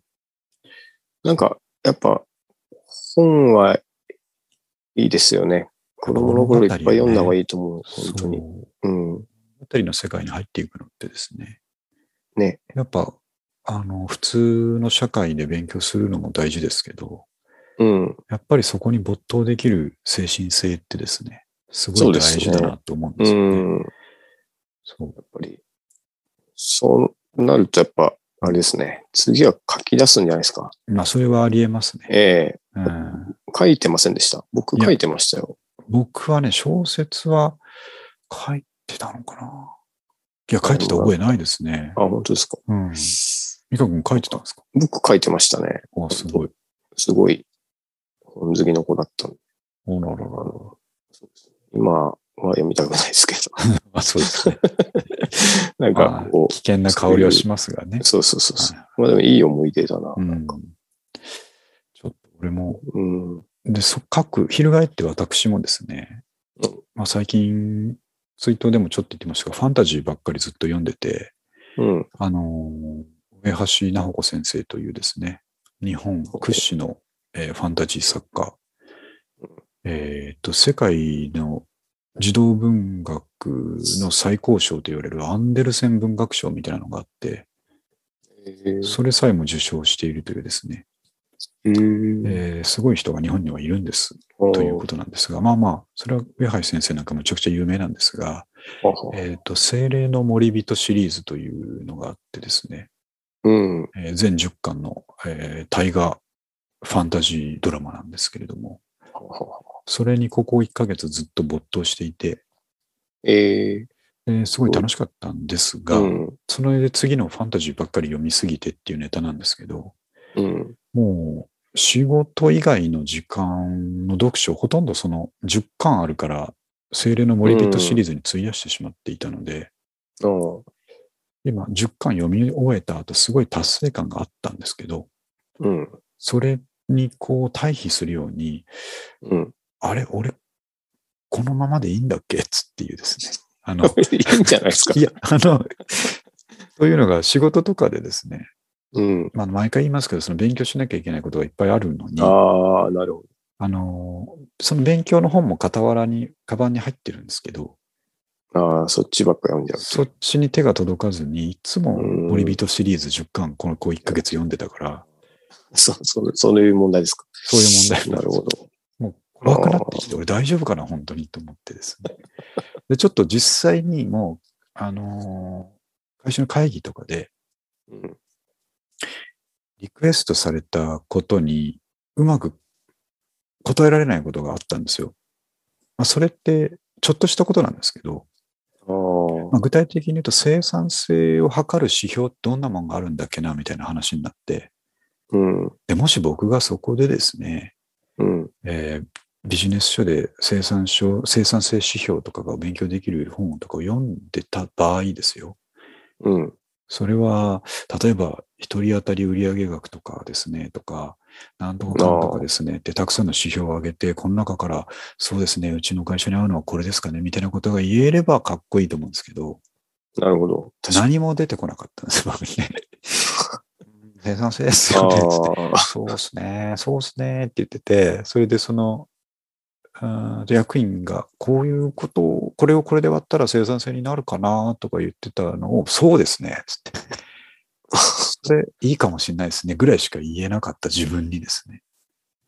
Speaker 2: なんか、やっぱ、本はいいですよね。子供の頃いっぱい読んだ方がいいと思う、
Speaker 1: そう
Speaker 2: 本当に。うん。
Speaker 1: あたりの世界に入っていくのってですね。
Speaker 2: ね。
Speaker 1: やっぱ、あの、普通の社会で勉強するのも大事ですけど、
Speaker 2: うん。
Speaker 1: やっぱりそこに没頭できる精神性ってですね、すご
Speaker 2: そ
Speaker 1: いう
Speaker 2: で
Speaker 1: 大
Speaker 2: すね
Speaker 1: 事だなと思うんで
Speaker 2: う
Speaker 1: すよね。
Speaker 2: ん。やっ
Speaker 1: そう
Speaker 2: ぱり、そうなるとやっぱ、あれですね。次は書き出すんじゃないですか。
Speaker 1: まあ、それはありえますね。
Speaker 2: ええ
Speaker 1: うん、
Speaker 2: 書いてませんでした。僕
Speaker 1: いや
Speaker 2: 書いてましたよ。
Speaker 1: 僕はね、小説は書いてたのかな。いや、書いてた覚えないですね。
Speaker 2: あ、本当ですか。
Speaker 1: うん。美香君書いてたんですか
Speaker 2: 僕書いてましたね。
Speaker 1: あ、すごい。
Speaker 2: すごい、本好きの子だったんで
Speaker 1: おららら
Speaker 2: あ
Speaker 1: ら。
Speaker 2: のそうですね今は読みたくないで
Speaker 1: [laughs]
Speaker 2: すけど。
Speaker 1: あ、そうですね。
Speaker 2: なんか
Speaker 1: まあ
Speaker 2: こ
Speaker 1: 危険な香りはしますがね
Speaker 2: う、。そうそうそうそう
Speaker 1: は。
Speaker 2: まあでもいい思い出だな。
Speaker 1: う
Speaker 2: なん
Speaker 1: ん
Speaker 2: か。
Speaker 1: ちょっと俺も、
Speaker 2: うん。
Speaker 1: で、そ、書く、翻って私もですね
Speaker 2: うん、
Speaker 1: まあ最近、ツイートでもちょっと言ってましたが、ファンタジーばっかりずっと読んでて、
Speaker 2: うん。
Speaker 1: あのー、上橋菜穂子先生というですね、日本屈指の、えーファンタジー作家、えーっと、世界の児童文学の最高賞と言われるアンデルセン文学賞みたいなのがあって、
Speaker 2: え
Speaker 1: それさえも受賞しているというですね、
Speaker 2: ー、
Speaker 1: えーすごい人が日本にはいるんですということなんですが、まあまあ、それは上橋先生なんかむちゃくちゃ有名なんですが、
Speaker 2: と
Speaker 1: えっ、と、精霊の森人シリーズというのがあってですね、
Speaker 2: うん。
Speaker 1: えー全10巻の、えー大河ファンタジードラマなんですけれども、それにここ1ヶ月ずっと没頭していて、
Speaker 2: え
Speaker 1: えーすごい楽しかったんです
Speaker 2: ー、
Speaker 1: が、
Speaker 2: うん。
Speaker 1: それで次のファンタジーばっかり読みすぎてっていうネタなんですけど、
Speaker 2: うん。
Speaker 1: もう仕事以外の時間の読書、ほとんどその10巻あるから、精霊の森人シリーズに費やしてしまっていたので、
Speaker 2: あー
Speaker 1: 今10巻読み終えた後、すごい達成感があったんですけど、
Speaker 2: うん。
Speaker 1: それにこう対比するように、
Speaker 2: うん。、
Speaker 1: あれ、俺、このままでいいんだっけつっていうですね。あの
Speaker 2: [laughs] いいんじゃないですか。
Speaker 1: いや、あの、そういうのが仕事とかでですね、
Speaker 2: うん。
Speaker 1: まあ、毎回言いますけど、その勉強しなきゃいけないことがいっぱいあるのに、
Speaker 2: ああ、なるほ
Speaker 1: あのー、その勉強の本も傍らに、カバンに入ってるんですけど、
Speaker 2: ど。ああ、そっちばっか読んじゃう。 [laughs]
Speaker 1: そっちに手が届かずに、いつも
Speaker 2: うん
Speaker 1: 森人シリーズ10巻、この子1ヶ月読んでたから、
Speaker 2: そ、そ、そういう問題ですか。
Speaker 1: そういう問題なんです
Speaker 2: なるほど。
Speaker 1: もう怖くなってきて、俺大丈夫かな、本当にと思ってですね。で、ちょっと実際にもう、あのー会社の会議とかで、
Speaker 2: うん。
Speaker 1: リクエストされたことにうまく答えられないことがあったんですよ。まあ、それって、ちょっとしたことなんですけど、
Speaker 2: あ
Speaker 1: ま
Speaker 2: あ、
Speaker 1: あ、具体的に言うと生産性を測る指標ってどんなもんがあるんだっけなみたいな話になって、
Speaker 2: うん。
Speaker 1: でもし僕がそこでですね、
Speaker 2: うん。
Speaker 1: えービジネス書で生産書生産性指標とかが勉強できる本とかを読んでた場合ですよ。
Speaker 2: うん。
Speaker 1: それは、例えば、一人当たり売上額とかですね、とか、なんとかかんとかですね、ってたくさんの指標を上げて、この中から、そうですね、うちの会社に合うのはこれですかね、みたいなことが言えればかっこいいと思うんですけど、
Speaker 2: なるほど。
Speaker 1: 何も出てこなかったん
Speaker 2: [laughs]
Speaker 1: です、僕ね。生産性ですよね。つって
Speaker 2: ああ、
Speaker 1: [laughs] そうですね、そうですねって言ってて、それでその、うん役員がこういうことを、これをこれで割ったら生産性になるかなとか言ってたのを、そうですね、つって。それいいかもしれないですね、ぐらいしか言えなかった自分にですね、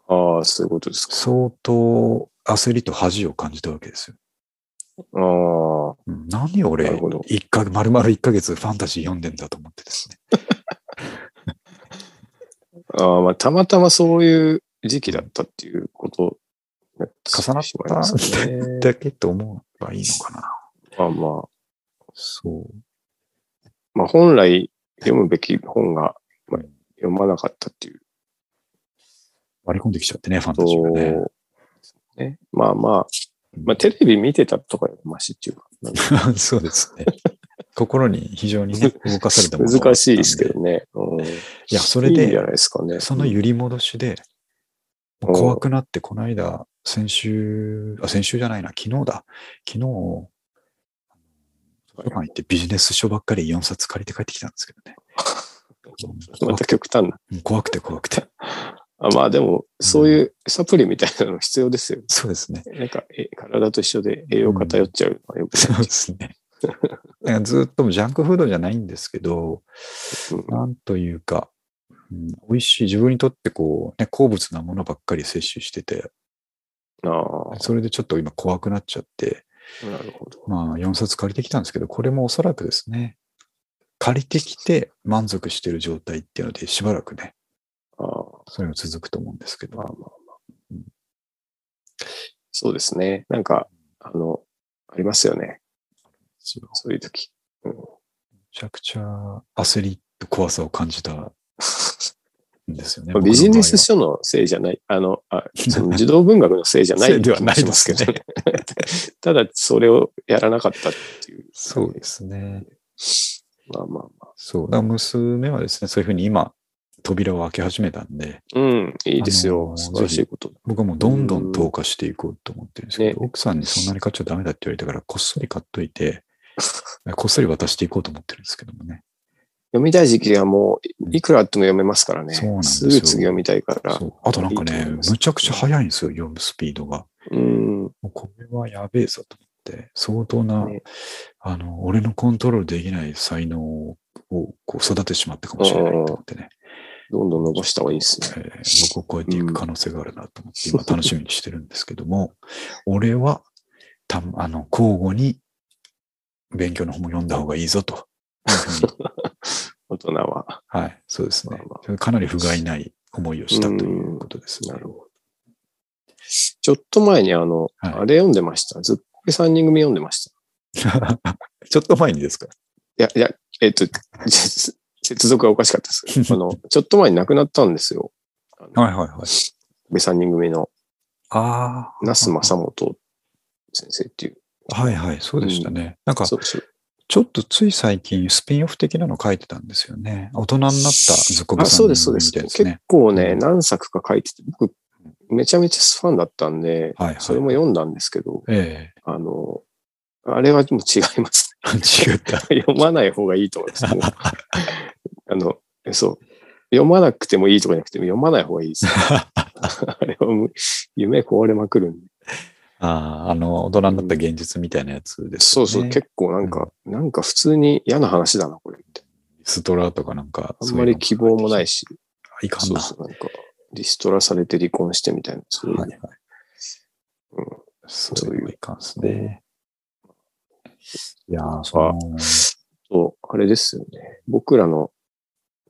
Speaker 2: ああ、そういうことですか。
Speaker 1: 相当焦りと恥を感じたわけですよ。
Speaker 2: ああ、
Speaker 1: うん何俺
Speaker 2: なるほど、
Speaker 1: 一か丸々1ヶ月ファンタジー読んでんだと思ってですね。
Speaker 2: ああまあ、たまたまそういう時期だったっていうこと重
Speaker 1: 重なった
Speaker 2: ますね。
Speaker 1: だけと思えばいいのかな。
Speaker 2: まあまあ、
Speaker 1: そう。
Speaker 2: まあ本来読むべき本が、まあ、読まなかったっていう
Speaker 1: 割り込んできちゃってね、ファン
Speaker 2: こ
Speaker 1: タジーが
Speaker 2: と
Speaker 1: ね。
Speaker 2: ですね。まあまあ、まあテレビ見てたとかよりマシっていうか、なんか
Speaker 1: [laughs] そうですね。心に非常にね、動かされたものがあったん
Speaker 2: 難しいですけ。どね。うん
Speaker 1: いや、それで
Speaker 2: いいんじゃないですかね。
Speaker 1: その揺り戻しで、
Speaker 2: うん
Speaker 1: 怖くなって、この間、先週、あ、先週じゃないな、昨日だ。昨日、図書館行ってビジネス書ばっかり4冊借りて帰ってきたんですけ
Speaker 2: [laughs]
Speaker 1: どね。うん
Speaker 2: また極端な。
Speaker 1: うん怖くて怖くて。
Speaker 2: あまあでも、そういうサプリみたいなの必要ですよ。
Speaker 1: そうですね。
Speaker 2: なんか、え体と一緒で栄養偏っちゃうのはよく
Speaker 1: そう [laughs]
Speaker 2: ない
Speaker 1: ですね。だからずっとジャンクフードじゃないんですけど、
Speaker 2: うん
Speaker 1: なんというか、うん、美味しい、自分にとってこう、ね、好物なものばっかり摂取してて、
Speaker 2: ああ
Speaker 1: それでちょっと今怖くなっちゃって、
Speaker 2: なるほど。
Speaker 1: まあ4冊借りてきたんですけど、これもおそらくですね、借りてきて満足してる状態っていうので、しばらくね、
Speaker 2: ああ
Speaker 1: それが続くと思うんですけど
Speaker 2: まあまあ、まあ。そうですね。なんか、あの、ありますよね。
Speaker 1: そうめ
Speaker 2: そういう時。
Speaker 1: ちゃくちゃ焦りと怖さを感じたんですよね。
Speaker 2: ビジネス
Speaker 1: 書
Speaker 2: 書のせいじゃない、あの、あ
Speaker 1: [laughs]
Speaker 2: その児童文学のせいじゃない
Speaker 1: せいではないですけど
Speaker 2: ね。 [laughs] ただ、それをやらなかったっていう。
Speaker 1: そうですね。
Speaker 2: まあまあまあ。
Speaker 1: そう。だから娘はですね、そういうふうに今、扉を開け始めたんで、
Speaker 2: うん、いいです
Speaker 1: あ
Speaker 2: よ。
Speaker 1: の
Speaker 2: 素晴らしいこと。
Speaker 1: 僕はもうどんどん投下していこうと思ってるんですけど、
Speaker 2: ね
Speaker 1: 奥さんにそんなに買っちゃダメだって言われたから、こっそり買っとい
Speaker 2: [laughs]
Speaker 1: て、こっそり渡していこうと思ってるんですけどもね。
Speaker 2: 読みたい時期はも
Speaker 1: うん
Speaker 2: う、いくらあっても読めますからね。
Speaker 1: そうなんです
Speaker 2: す
Speaker 1: よ
Speaker 2: ぐ次読みたいから。
Speaker 1: そうあとなんか
Speaker 2: いい
Speaker 1: ね
Speaker 2: と思います
Speaker 1: むちゃくちゃ速いんですよ、読むスピードが。
Speaker 2: うん。
Speaker 1: もうこれはやべえぞと思って、相当な、
Speaker 2: ね
Speaker 1: あの、俺のコントロールできない才能をこう育ててしまったかもしれないと思ってね、
Speaker 2: どんどん伸ばした方がいいですね。
Speaker 1: えー僕を超えていく可能性があるなと思って、今楽しみにしてるんですけども、 [laughs] 俺は、たあの、交互に勉強の本も読んだ方がいいぞ
Speaker 2: [laughs]
Speaker 1: と。
Speaker 2: 大人は。
Speaker 1: はい、そうですね
Speaker 2: まあま。
Speaker 1: かなり不甲斐ない思いをしたということですね
Speaker 2: な。るほど。ちょっと前にあの、
Speaker 1: はい
Speaker 2: あれ読んでました。ずっこけ3人組読んでました。
Speaker 1: [laughs] ちょっと前にですか
Speaker 2: いや、いや、えっと、 [laughs] 接接続がおかしかった
Speaker 1: [laughs]
Speaker 2: です。あの、ちょっと前に亡くなったんですよ。
Speaker 1: はいはいはい。
Speaker 2: べ3人組の、
Speaker 1: ああ。
Speaker 2: 那須正元先生っていう。
Speaker 1: はいはい、そうでしたね。なんか、
Speaker 2: そうそう。
Speaker 1: ちょっとつい最近、スピンオフ的なの書いてたんですよね。大人になったズッコブ
Speaker 2: あ、
Speaker 1: さ
Speaker 2: そ
Speaker 1: ん
Speaker 2: う
Speaker 1: み
Speaker 2: です、そうです。
Speaker 1: たいです
Speaker 2: 結
Speaker 1: ね。
Speaker 2: 構
Speaker 1: う
Speaker 2: ね、
Speaker 1: ん
Speaker 2: 何作か書いてて、僕、めちゃめちゃファンだったんで、
Speaker 1: はいはい。
Speaker 2: それも読んだんですけど、
Speaker 1: え
Speaker 2: あの、あれはもう違います
Speaker 1: え [laughs] 違った。
Speaker 2: ね。読まない方がいいと
Speaker 1: [laughs]
Speaker 2: 思います。もうあの、そう。読まなくてもいいとかじゃなくて、読まない方がいいです。あれはもう夢壊れまくるんで。
Speaker 1: ああ、あの、大人になった現実みたいなやつです、
Speaker 2: そ
Speaker 1: ね
Speaker 2: うそう、結構なんか、なんか普通に嫌な話だな、これって。
Speaker 1: ストラとかなんか、
Speaker 2: あんまり希望もない
Speaker 1: し。
Speaker 2: し、
Speaker 1: いかん
Speaker 2: そう
Speaker 1: な。
Speaker 2: そう、なんか、リストラされて離婚してみたいな、そういう
Speaker 1: はいはい。
Speaker 2: うん
Speaker 1: そういうのがいかんですね。いやー、そ
Speaker 2: そう
Speaker 1: の、
Speaker 2: と、あれですよね。僕らの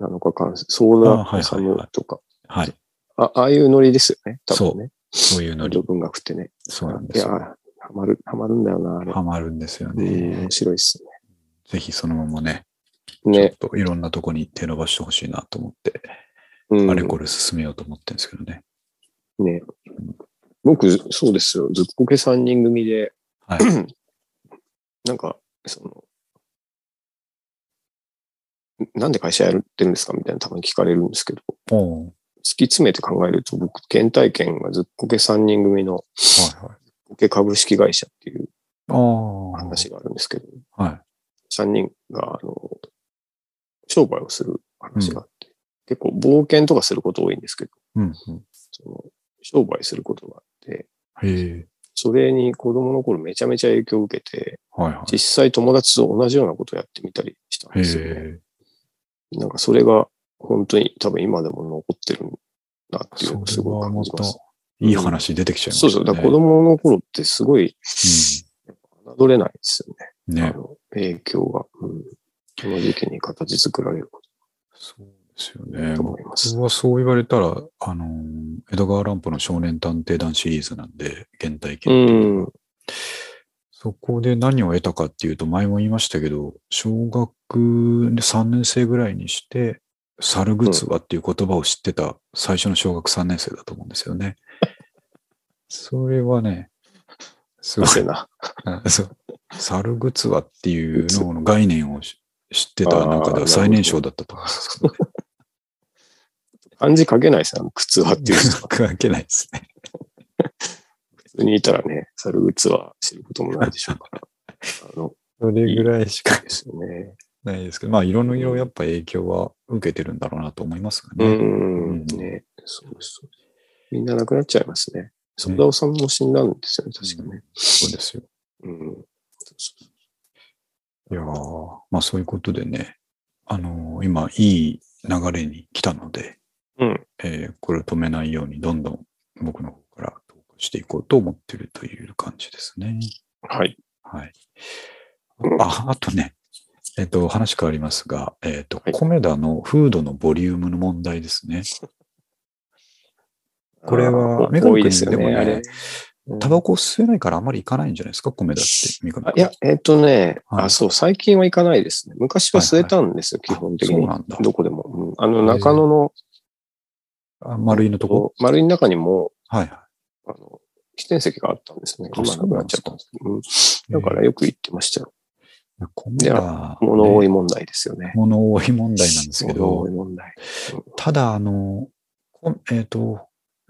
Speaker 2: 7日間、ソ
Speaker 1: あ
Speaker 2: ー
Speaker 1: はいはいはい
Speaker 2: ダ・サムとか、
Speaker 1: はい。
Speaker 2: あああいうノリですよね、多分ね。
Speaker 1: そういうの
Speaker 2: 文
Speaker 1: に、
Speaker 2: 文学ってね。
Speaker 1: そうなんで
Speaker 2: い
Speaker 1: す
Speaker 2: や、
Speaker 1: よ。
Speaker 2: ハマる、ハマるんだよな、あれ。
Speaker 1: ハマるんですよ
Speaker 2: うん
Speaker 1: ね
Speaker 2: 面。白いっす
Speaker 1: ぜひそのままね、
Speaker 2: ね。ね。
Speaker 1: ちょっといろんなとこに手伸ばしてほしいなと思って、
Speaker 2: うん
Speaker 1: あれこれ進めようと思ってるんですけどね。
Speaker 2: ね。僕、そうですよ。ずっこけ3人組で、 [laughs]
Speaker 1: はい
Speaker 2: なんか、その、なんで会社やってるんですかみたいなたまに聞かれるんですけど、
Speaker 1: おう
Speaker 2: 突き詰めて考えると僕、原体験がずっこけ3人組の
Speaker 1: はいはい。
Speaker 2: ずっこけ株式会社っていう
Speaker 1: ああ。
Speaker 2: 話があるんですけど、
Speaker 1: はい。
Speaker 2: 3人が、あの、商売をする話があって、結構冒険とかすること多いんですけど、
Speaker 1: うん、うん。
Speaker 2: その、商売することがあって、
Speaker 1: へえ。
Speaker 2: それに子供の頃めちゃめちゃ影響を受けて、
Speaker 1: はいは
Speaker 2: 実際友達と同じようなことをやってみたりしたん
Speaker 1: い。へ
Speaker 2: ですよね。
Speaker 1: え。
Speaker 2: なんかそれが本当に多分今でも残ってるなっていう
Speaker 1: そ
Speaker 2: のをす
Speaker 1: れ
Speaker 2: ごい
Speaker 1: は
Speaker 2: 感
Speaker 1: ま
Speaker 2: じます。
Speaker 1: たいい話出てきちゃいます
Speaker 2: そうそう。だから子供の頃ってすごい、侮れないですよ
Speaker 1: うん
Speaker 2: ね。
Speaker 1: ね
Speaker 2: あ。の影響が、うん。この時期に形作られるこ
Speaker 1: そうですよね。
Speaker 2: と思います
Speaker 1: 僕。はそう言われたら、あのー、江戸川乱歩の少年探偵団シリーズなんで、現代系。
Speaker 2: うん。
Speaker 1: そこで何を得たかっていうと、前も言いましたけど、小学3年生ぐらいにして、猿グツワっていう言葉を知ってた最初の小学3年生だと思うんですよ
Speaker 2: [laughs]
Speaker 1: ね。それはね、すごい
Speaker 2: 汗な。
Speaker 1: あそう。サルグツワっていう
Speaker 2: [laughs]
Speaker 1: のの概念をし知ってた中では最年少だったと
Speaker 2: [laughs]
Speaker 1: 思いますけどね。
Speaker 2: 漢字書けないですよ。靴はっていう人。
Speaker 1: 関係ないですね。
Speaker 2: 普通にいたらね、猿靴は知ることもないでしょうから。
Speaker 1: [laughs]
Speaker 2: あの、
Speaker 1: [laughs] それぐらいしか
Speaker 2: ですよね。
Speaker 1: ないですけど、まあ、いろいろやっぱ影響は受けてるんだろうなと思います
Speaker 2: う
Speaker 1: ね。
Speaker 2: ん。ね。そうそう。みんな亡くなっちゃいますね。ソダオさんも死んだんですよね、確かね。
Speaker 1: そうですよ。
Speaker 2: うん。そうそうそう
Speaker 1: いやーまあそういうことでね、あのー今いい流れに来たので、
Speaker 2: うん
Speaker 1: えーこれを止めないようにどんどん僕の方から投稿していこうと思ってるという感じですね。
Speaker 2: はい。
Speaker 1: はい。あ、あとね、えっと、話変わりますが、えっと、
Speaker 2: はい
Speaker 1: コメダのフードのボリュームの問題ですね。これは
Speaker 2: あー
Speaker 1: メガネ君
Speaker 2: 多いですよ
Speaker 1: でも
Speaker 2: ね、
Speaker 1: ね
Speaker 2: あれ。
Speaker 1: タバコ吸えないからあまり行かないんじゃないですか、コメダって。三上
Speaker 2: あ
Speaker 1: 君
Speaker 2: いや、、えっとね、
Speaker 1: はい
Speaker 2: あ、そう、最近は行かないですね。昔は吸えたんですよ、
Speaker 1: はいはい
Speaker 2: 基本的
Speaker 1: あそ
Speaker 2: に
Speaker 1: うなんだ。
Speaker 2: どこでも。うんあの、
Speaker 1: へー
Speaker 2: 中野の、
Speaker 1: あ丸いのとこ。
Speaker 2: 丸い中にも、
Speaker 1: はいは
Speaker 2: あの、起点席があったんですね。
Speaker 1: あ
Speaker 2: 今なくなっちゃったんですけど。うん
Speaker 1: い。
Speaker 2: だからよく行ってましたよ。
Speaker 1: えー、コメダ、
Speaker 2: 物多
Speaker 1: い。
Speaker 2: い問題ですよね。
Speaker 1: 物多い問題なんですけ
Speaker 2: 物多
Speaker 1: ど
Speaker 2: い、問題。
Speaker 1: ただ、あの、こえっ、と、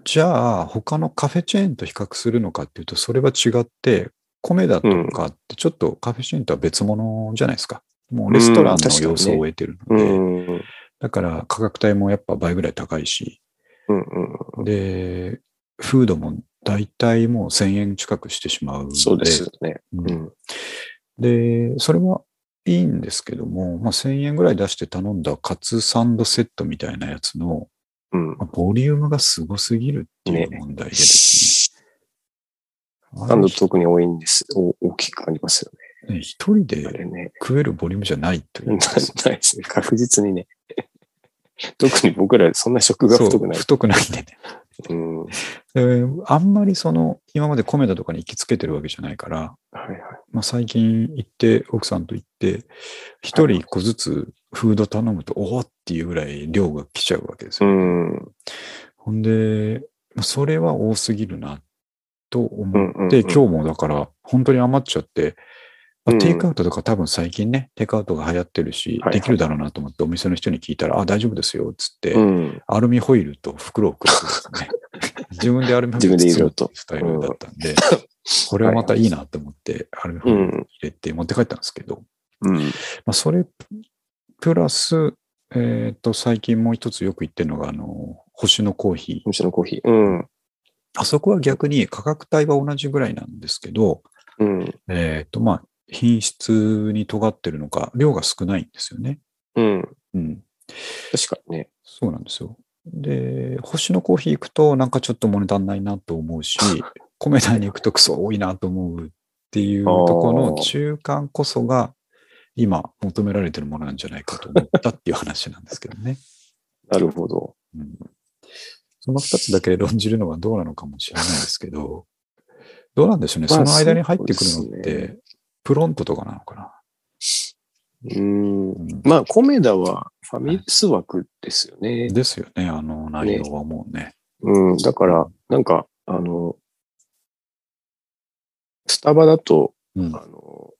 Speaker 1: じゃあ、他のカフェチェーンと比較するのかっていうと、それは違って、コメダとかってちょっとカフェチェーンとは別物じゃないですか。もうレストラン
Speaker 2: うん
Speaker 1: の
Speaker 2: 確かにね
Speaker 1: 様子を得てる
Speaker 2: う
Speaker 1: ので、
Speaker 2: ん。うん
Speaker 1: だから価格帯もやっぱ倍ぐらい高いし、
Speaker 2: うん。
Speaker 1: で、フードも大体もう1000円近くしてしまうので、
Speaker 2: そうですよね。
Speaker 1: うん
Speaker 2: うん。
Speaker 1: で、それはいいんですけども、まあ、1000円ぐらい出して頼んだカツサンドセットみたいなやつの、
Speaker 2: うん
Speaker 1: ま。あボリュームがすごすぎるっていう
Speaker 2: ね
Speaker 1: 問題でです
Speaker 2: サ
Speaker 1: ね。
Speaker 2: ンド
Speaker 1: あ
Speaker 2: 特に多いんです。お大きくありますよ
Speaker 1: れね一人
Speaker 2: ね。あ
Speaker 1: で
Speaker 2: れね。 [laughs]
Speaker 1: 食えるボリュームじゃないとい
Speaker 2: な
Speaker 1: う。
Speaker 2: ないですね。確実にね。 [laughs] 特に僕らそんな食が
Speaker 1: そう
Speaker 2: 太くない。
Speaker 1: 太くないんでね。
Speaker 2: うん。はい
Speaker 1: であんまりその、今までコメダとかに行きつけてるわけじゃないから、
Speaker 2: はい。
Speaker 1: まあ、最近行って、奥さんと行って、一人一個ずつフード頼むと、おおっていうぐらい量が来ちゃうわけです
Speaker 2: う
Speaker 1: よ。
Speaker 2: ん。
Speaker 1: ほんで、まあそれは多すぎるな、と
Speaker 2: う
Speaker 1: 思
Speaker 2: ん。うん
Speaker 1: で、今日。もだから、本当に余っちゃって、まあ
Speaker 2: うん
Speaker 1: テイクアウトとか多分最近ね、テイクアウトが流行ってるし
Speaker 2: はい、はい
Speaker 1: できるだろうなと思って、お店の人に聞いたら、あ、大丈夫ですよ、つって
Speaker 2: う、ん。
Speaker 1: アルミホイルと袋をくっつ
Speaker 2: [laughs]
Speaker 1: けてね。自分でアルミホイル
Speaker 2: 自分で
Speaker 1: 包
Speaker 2: 入れ
Speaker 1: む
Speaker 2: ると
Speaker 1: スタイルだったんで、これはまたいいなと思って、アルミホ
Speaker 2: う
Speaker 1: イル入
Speaker 2: ん。
Speaker 1: れて持って帰ったんですけど、
Speaker 2: うん。
Speaker 1: まあ、それ、プラス、えっと、最近もう一つよく言ってるのが、あの、星のコーヒ
Speaker 2: お
Speaker 1: ー。
Speaker 2: 店のコーヒー。うん。
Speaker 1: あそこは逆に価格帯は同じぐらいなんですけど、
Speaker 2: うん。
Speaker 1: えっ、と、まあ、品質に尖ってるのか、量が少ないんですよね。
Speaker 2: うん。
Speaker 1: うん。
Speaker 2: 確かにね。
Speaker 1: そうなんですよ。で、星のコーヒー行くと、なんかちょっと物足んないなと思う
Speaker 2: [laughs]
Speaker 1: し、米田に行くとクソ多いなと思うっていうところの中間こそが、今求められてるものなんじゃないかと思ったっていう話なんですけど
Speaker 2: [laughs]
Speaker 1: ね。
Speaker 2: なるほど。
Speaker 1: うん、その二つだけで論じるのはどうなのかもしれないですけど、どうなんでしょうね。
Speaker 2: ま
Speaker 1: そ
Speaker 2: あ
Speaker 1: の間に入ってくるの
Speaker 2: そう
Speaker 1: っ
Speaker 2: です
Speaker 1: て、プロントとかなのかな。
Speaker 2: うん。
Speaker 1: うん
Speaker 2: まあ、コメダはファミレス枠ですよね。
Speaker 1: ですよね、あの内容はもうね。
Speaker 2: うん。だから、なんか、あの、スタバだと、
Speaker 1: うん
Speaker 2: あの、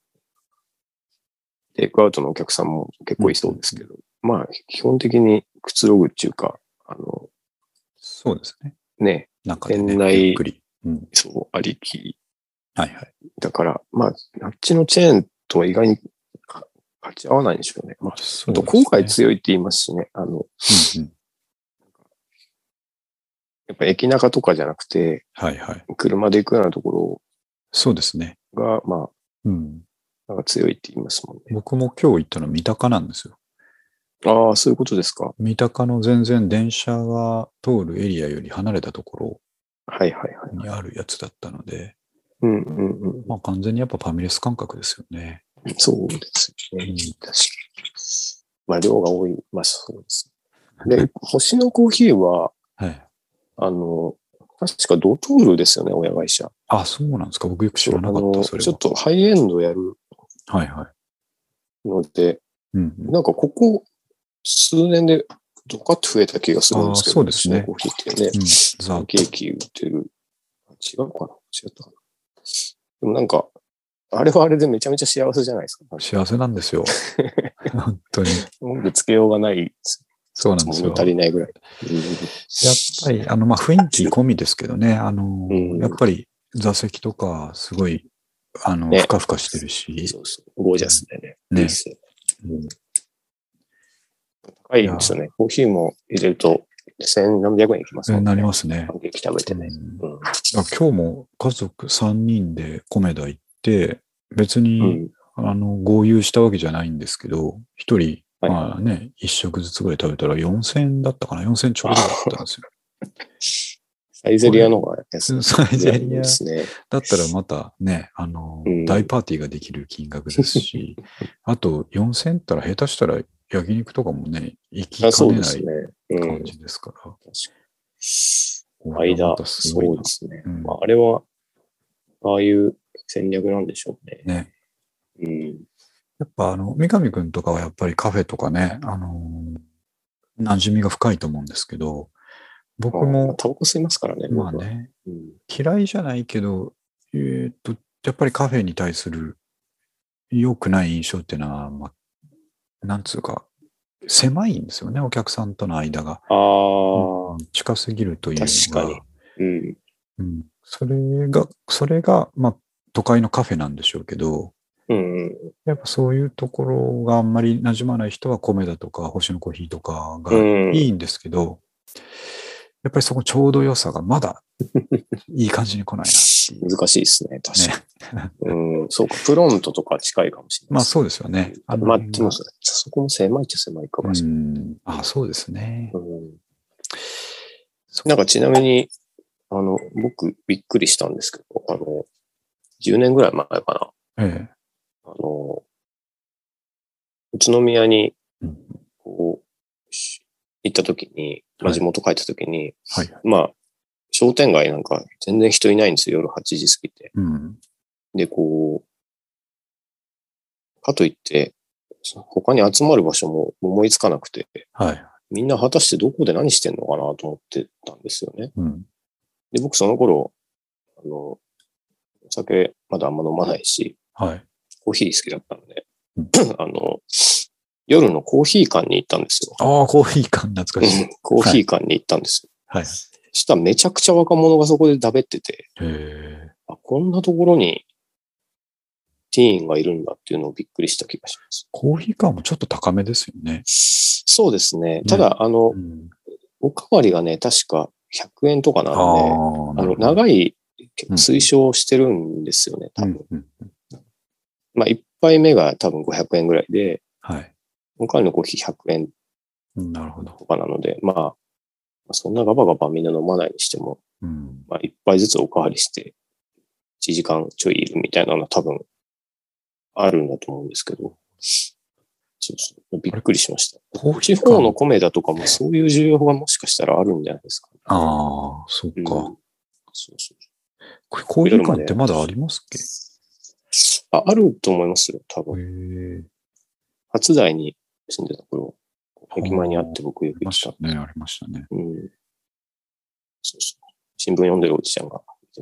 Speaker 2: テイクアウトのお客さんも結構いそうですけど、まあ、基本的にくつろぐっていうか、あの、
Speaker 1: そうですね。
Speaker 2: ね、
Speaker 1: 中で、ね、
Speaker 2: 店内
Speaker 1: ゆっくり。うん。
Speaker 2: そう、ありき。
Speaker 1: はいはい。
Speaker 2: だから、まあ、あっちのチェーンとは意外にか勝ち合わないんでしょうね。まあ、
Speaker 1: そ
Speaker 2: あと、後悔強いって言いますしね、あの、
Speaker 1: うんうん。
Speaker 2: やっぱ駅中とかじゃなくて、
Speaker 1: はいはい。
Speaker 2: 車で行くようなとこ
Speaker 1: そうですね。
Speaker 2: ろが、ま
Speaker 1: うん。
Speaker 2: あ、なんか強いって言いますもんね。
Speaker 1: 僕も今日行ったの三鷹なんですよ。
Speaker 2: ああ、そういうことですか。
Speaker 1: 三鷹の全然電車が通るエリアより離れたところ、
Speaker 2: はいはいはい。
Speaker 1: にあるやつだったので、
Speaker 2: うんうんうん。
Speaker 1: まあ完全にやっぱファミレス感覚ですよね。
Speaker 2: そうですね。
Speaker 1: うん
Speaker 2: 確かに。まあ、量が多い。まあ、そうです。で、星のコーヒーは、
Speaker 1: はい。
Speaker 2: あの、確かドトールですよね、親会社。
Speaker 1: あ、そうなんですか。僕よく知らなか
Speaker 2: あ
Speaker 1: った、
Speaker 2: の
Speaker 1: それ
Speaker 2: ちょ
Speaker 1: は
Speaker 2: っ。とハイエンドやる
Speaker 1: はいはい。
Speaker 2: ので、
Speaker 1: うんうん、
Speaker 2: なんかここ数年でドカッと増えた気がするんですけど、
Speaker 1: あーそうですね
Speaker 2: 星のコーヒーってね
Speaker 1: う、ん、ザ
Speaker 2: ケーキ売ってる。違うかな違ったかなでもなんか、あれはあれでめちゃめちゃ幸せじゃないですか。
Speaker 1: 幸せなん
Speaker 2: [laughs]
Speaker 1: ですよ。本当に。
Speaker 2: ぶつけようがないです。
Speaker 1: そうなんです
Speaker 2: 物
Speaker 1: よ。
Speaker 2: 足りないぐらい。
Speaker 1: やっぱり、あの、まあ、雰囲気込みですけどね、あの、
Speaker 2: うん
Speaker 1: やっぱり座席とか、すごい、あの、
Speaker 2: ね
Speaker 1: ふかふかしてるし、
Speaker 2: そうそう。ゴージャスでね。
Speaker 1: ね
Speaker 2: いいっすよ高いんですよね。コーヒーも入れると、千何百円いきます
Speaker 1: そ
Speaker 2: も
Speaker 1: うんなり
Speaker 2: ね。
Speaker 1: ますね
Speaker 2: パ。ンケーキ食べてね。
Speaker 1: うん
Speaker 2: うん。
Speaker 1: だから今日も家族3人で米田行って、別
Speaker 2: う
Speaker 1: に、
Speaker 2: ん。
Speaker 1: あの、合流したわけじゃないんですけど、一人、
Speaker 2: はい
Speaker 1: まあね、一食ずつぐらい食べたら4000円だったかな、4000ちょうどだったんですよ。
Speaker 2: サイゼリアの方が安 [laughs] い。
Speaker 1: サイゼリ
Speaker 2: で
Speaker 1: ア
Speaker 2: すね。
Speaker 1: だったらまたね、あの、
Speaker 2: うん
Speaker 1: 大パーティーができる金額ですし、
Speaker 2: [laughs]
Speaker 1: あと4000円ったら下手したら焼肉とかもね、行き
Speaker 2: あ
Speaker 1: か
Speaker 2: そ
Speaker 1: ね
Speaker 2: うで
Speaker 1: な
Speaker 2: す
Speaker 1: い
Speaker 2: ね。う
Speaker 1: 感
Speaker 2: ん。
Speaker 1: じですから。これはま
Speaker 2: 間
Speaker 1: た、す
Speaker 2: そ
Speaker 1: ごいうな
Speaker 2: ですね。
Speaker 1: うん
Speaker 2: まあ、あれは、ああいう戦略なんでしょうね。
Speaker 1: ね。
Speaker 2: うん。
Speaker 1: やっぱあの、三上くんとかはやっぱりカフェとかね、あのー馴染みが深いと思うんですけど、僕
Speaker 2: まあ
Speaker 1: も、
Speaker 2: タバコ吸いますからね。
Speaker 1: まあ
Speaker 2: 僕は。
Speaker 1: ね、
Speaker 2: うん
Speaker 1: 嫌いじゃないけど、えーっと、やっぱりカフェに対する良くない印象っていうのは、まあ、なんつうか、狭いんですよね、お客さんとの間が。
Speaker 2: ああ、
Speaker 1: 近すぎるというのが。
Speaker 2: 確かにうん。
Speaker 1: うん、それが、それが、まあ、都会のカフェなんでしょうけど、
Speaker 2: うんうん。
Speaker 1: やっぱそういうところがあんまり馴染まない人は、米だとか、星のコーヒーとかが
Speaker 2: うん
Speaker 1: いいんですけど、やっぱりそこちょうど良さがま
Speaker 2: [laughs]
Speaker 1: だいい感じに来ないなっていう。
Speaker 2: 難しいですね、確か
Speaker 1: ね、
Speaker 2: に。うん、そうか、プロントとか近いかもしれな
Speaker 1: まあ
Speaker 2: いです。
Speaker 1: そうですよね。の
Speaker 2: まあ、でもそ、そこも狭いっちゃ狭いか
Speaker 1: う
Speaker 2: もしれない。
Speaker 1: ん。あ、そうですね。
Speaker 2: うんなんかちなみに、あの、僕、びっくりしたんですけど、あの、10年ぐらい前かな。
Speaker 1: え
Speaker 2: あの、宇都宮に
Speaker 1: え。うん
Speaker 2: こう、し行った時に、ま
Speaker 1: は
Speaker 2: あ、
Speaker 1: い
Speaker 2: 地元帰った時に、
Speaker 1: はい。
Speaker 2: まあ、商店街なんか全然人いないんですよ、夜8時過ぎて。
Speaker 1: うん。
Speaker 2: で、こう、かといって、そ他に集まる場所も思いつかなくて、
Speaker 1: はい。
Speaker 2: みんな果たしてどこで何してんのかなと思ってたんですよね。
Speaker 1: うん。
Speaker 2: で、僕その頃、あの、お酒まだあんま飲まないし、
Speaker 1: はい。
Speaker 2: コーヒー好きだったんで、あの、夜のコーヒー館に行ったんですよ。
Speaker 1: ああ、コーヒー感懐かしい。
Speaker 2: コーヒー館に行ったんですよ。
Speaker 1: はい。
Speaker 2: そしたらめちゃくちゃ若者がそこでだべってて、
Speaker 1: へえ。
Speaker 2: あ、こんなところにティーンがいるんだっていうのをびっくりした気がします。
Speaker 1: コーヒー感もちょっと高めですよね。
Speaker 2: そうですね。ただ、あの
Speaker 1: う、ん、
Speaker 2: おかわりがね、確か100円とかな
Speaker 1: あ
Speaker 2: ん
Speaker 1: あ
Speaker 2: で、あ
Speaker 1: ー、なるほど。
Speaker 2: の、長い、
Speaker 1: うん
Speaker 2: 推奨してるんですよね、多
Speaker 1: う
Speaker 2: 分。
Speaker 1: んうん、
Speaker 2: まあ、1杯目が多分500円ぐらいで、
Speaker 1: はい。
Speaker 2: おかわりのコーヒー100円
Speaker 1: なるほど。
Speaker 2: とかなので、まあ、まあそんなガバガバみんな飲まないにしても、
Speaker 1: うん。
Speaker 2: まあ、1杯ずつおかわりして、1時間ちょいいるみたいなのは多分、あるんだと思うんですけど、そうそう、びっくりしました。
Speaker 1: コーヒ
Speaker 2: 地
Speaker 1: ー感
Speaker 2: 方の米だとかもそういう需要がもしかしたらあるんじゃないですか、ね。
Speaker 1: ああ、そっか。
Speaker 2: うんそうそう
Speaker 1: これコーヒー感ってまだありますっけ
Speaker 2: ああると思いますよ、多分。
Speaker 1: へえ。
Speaker 2: 初台に住んでた頃、
Speaker 1: ー
Speaker 2: 駅前にあって僕よ
Speaker 1: あ
Speaker 2: く
Speaker 1: り
Speaker 2: 行
Speaker 1: ま
Speaker 2: っ
Speaker 1: してた
Speaker 2: た。
Speaker 1: ね、ありましたね。
Speaker 2: うん。そうそう。新聞読んでるおじちゃんが。 [laughs]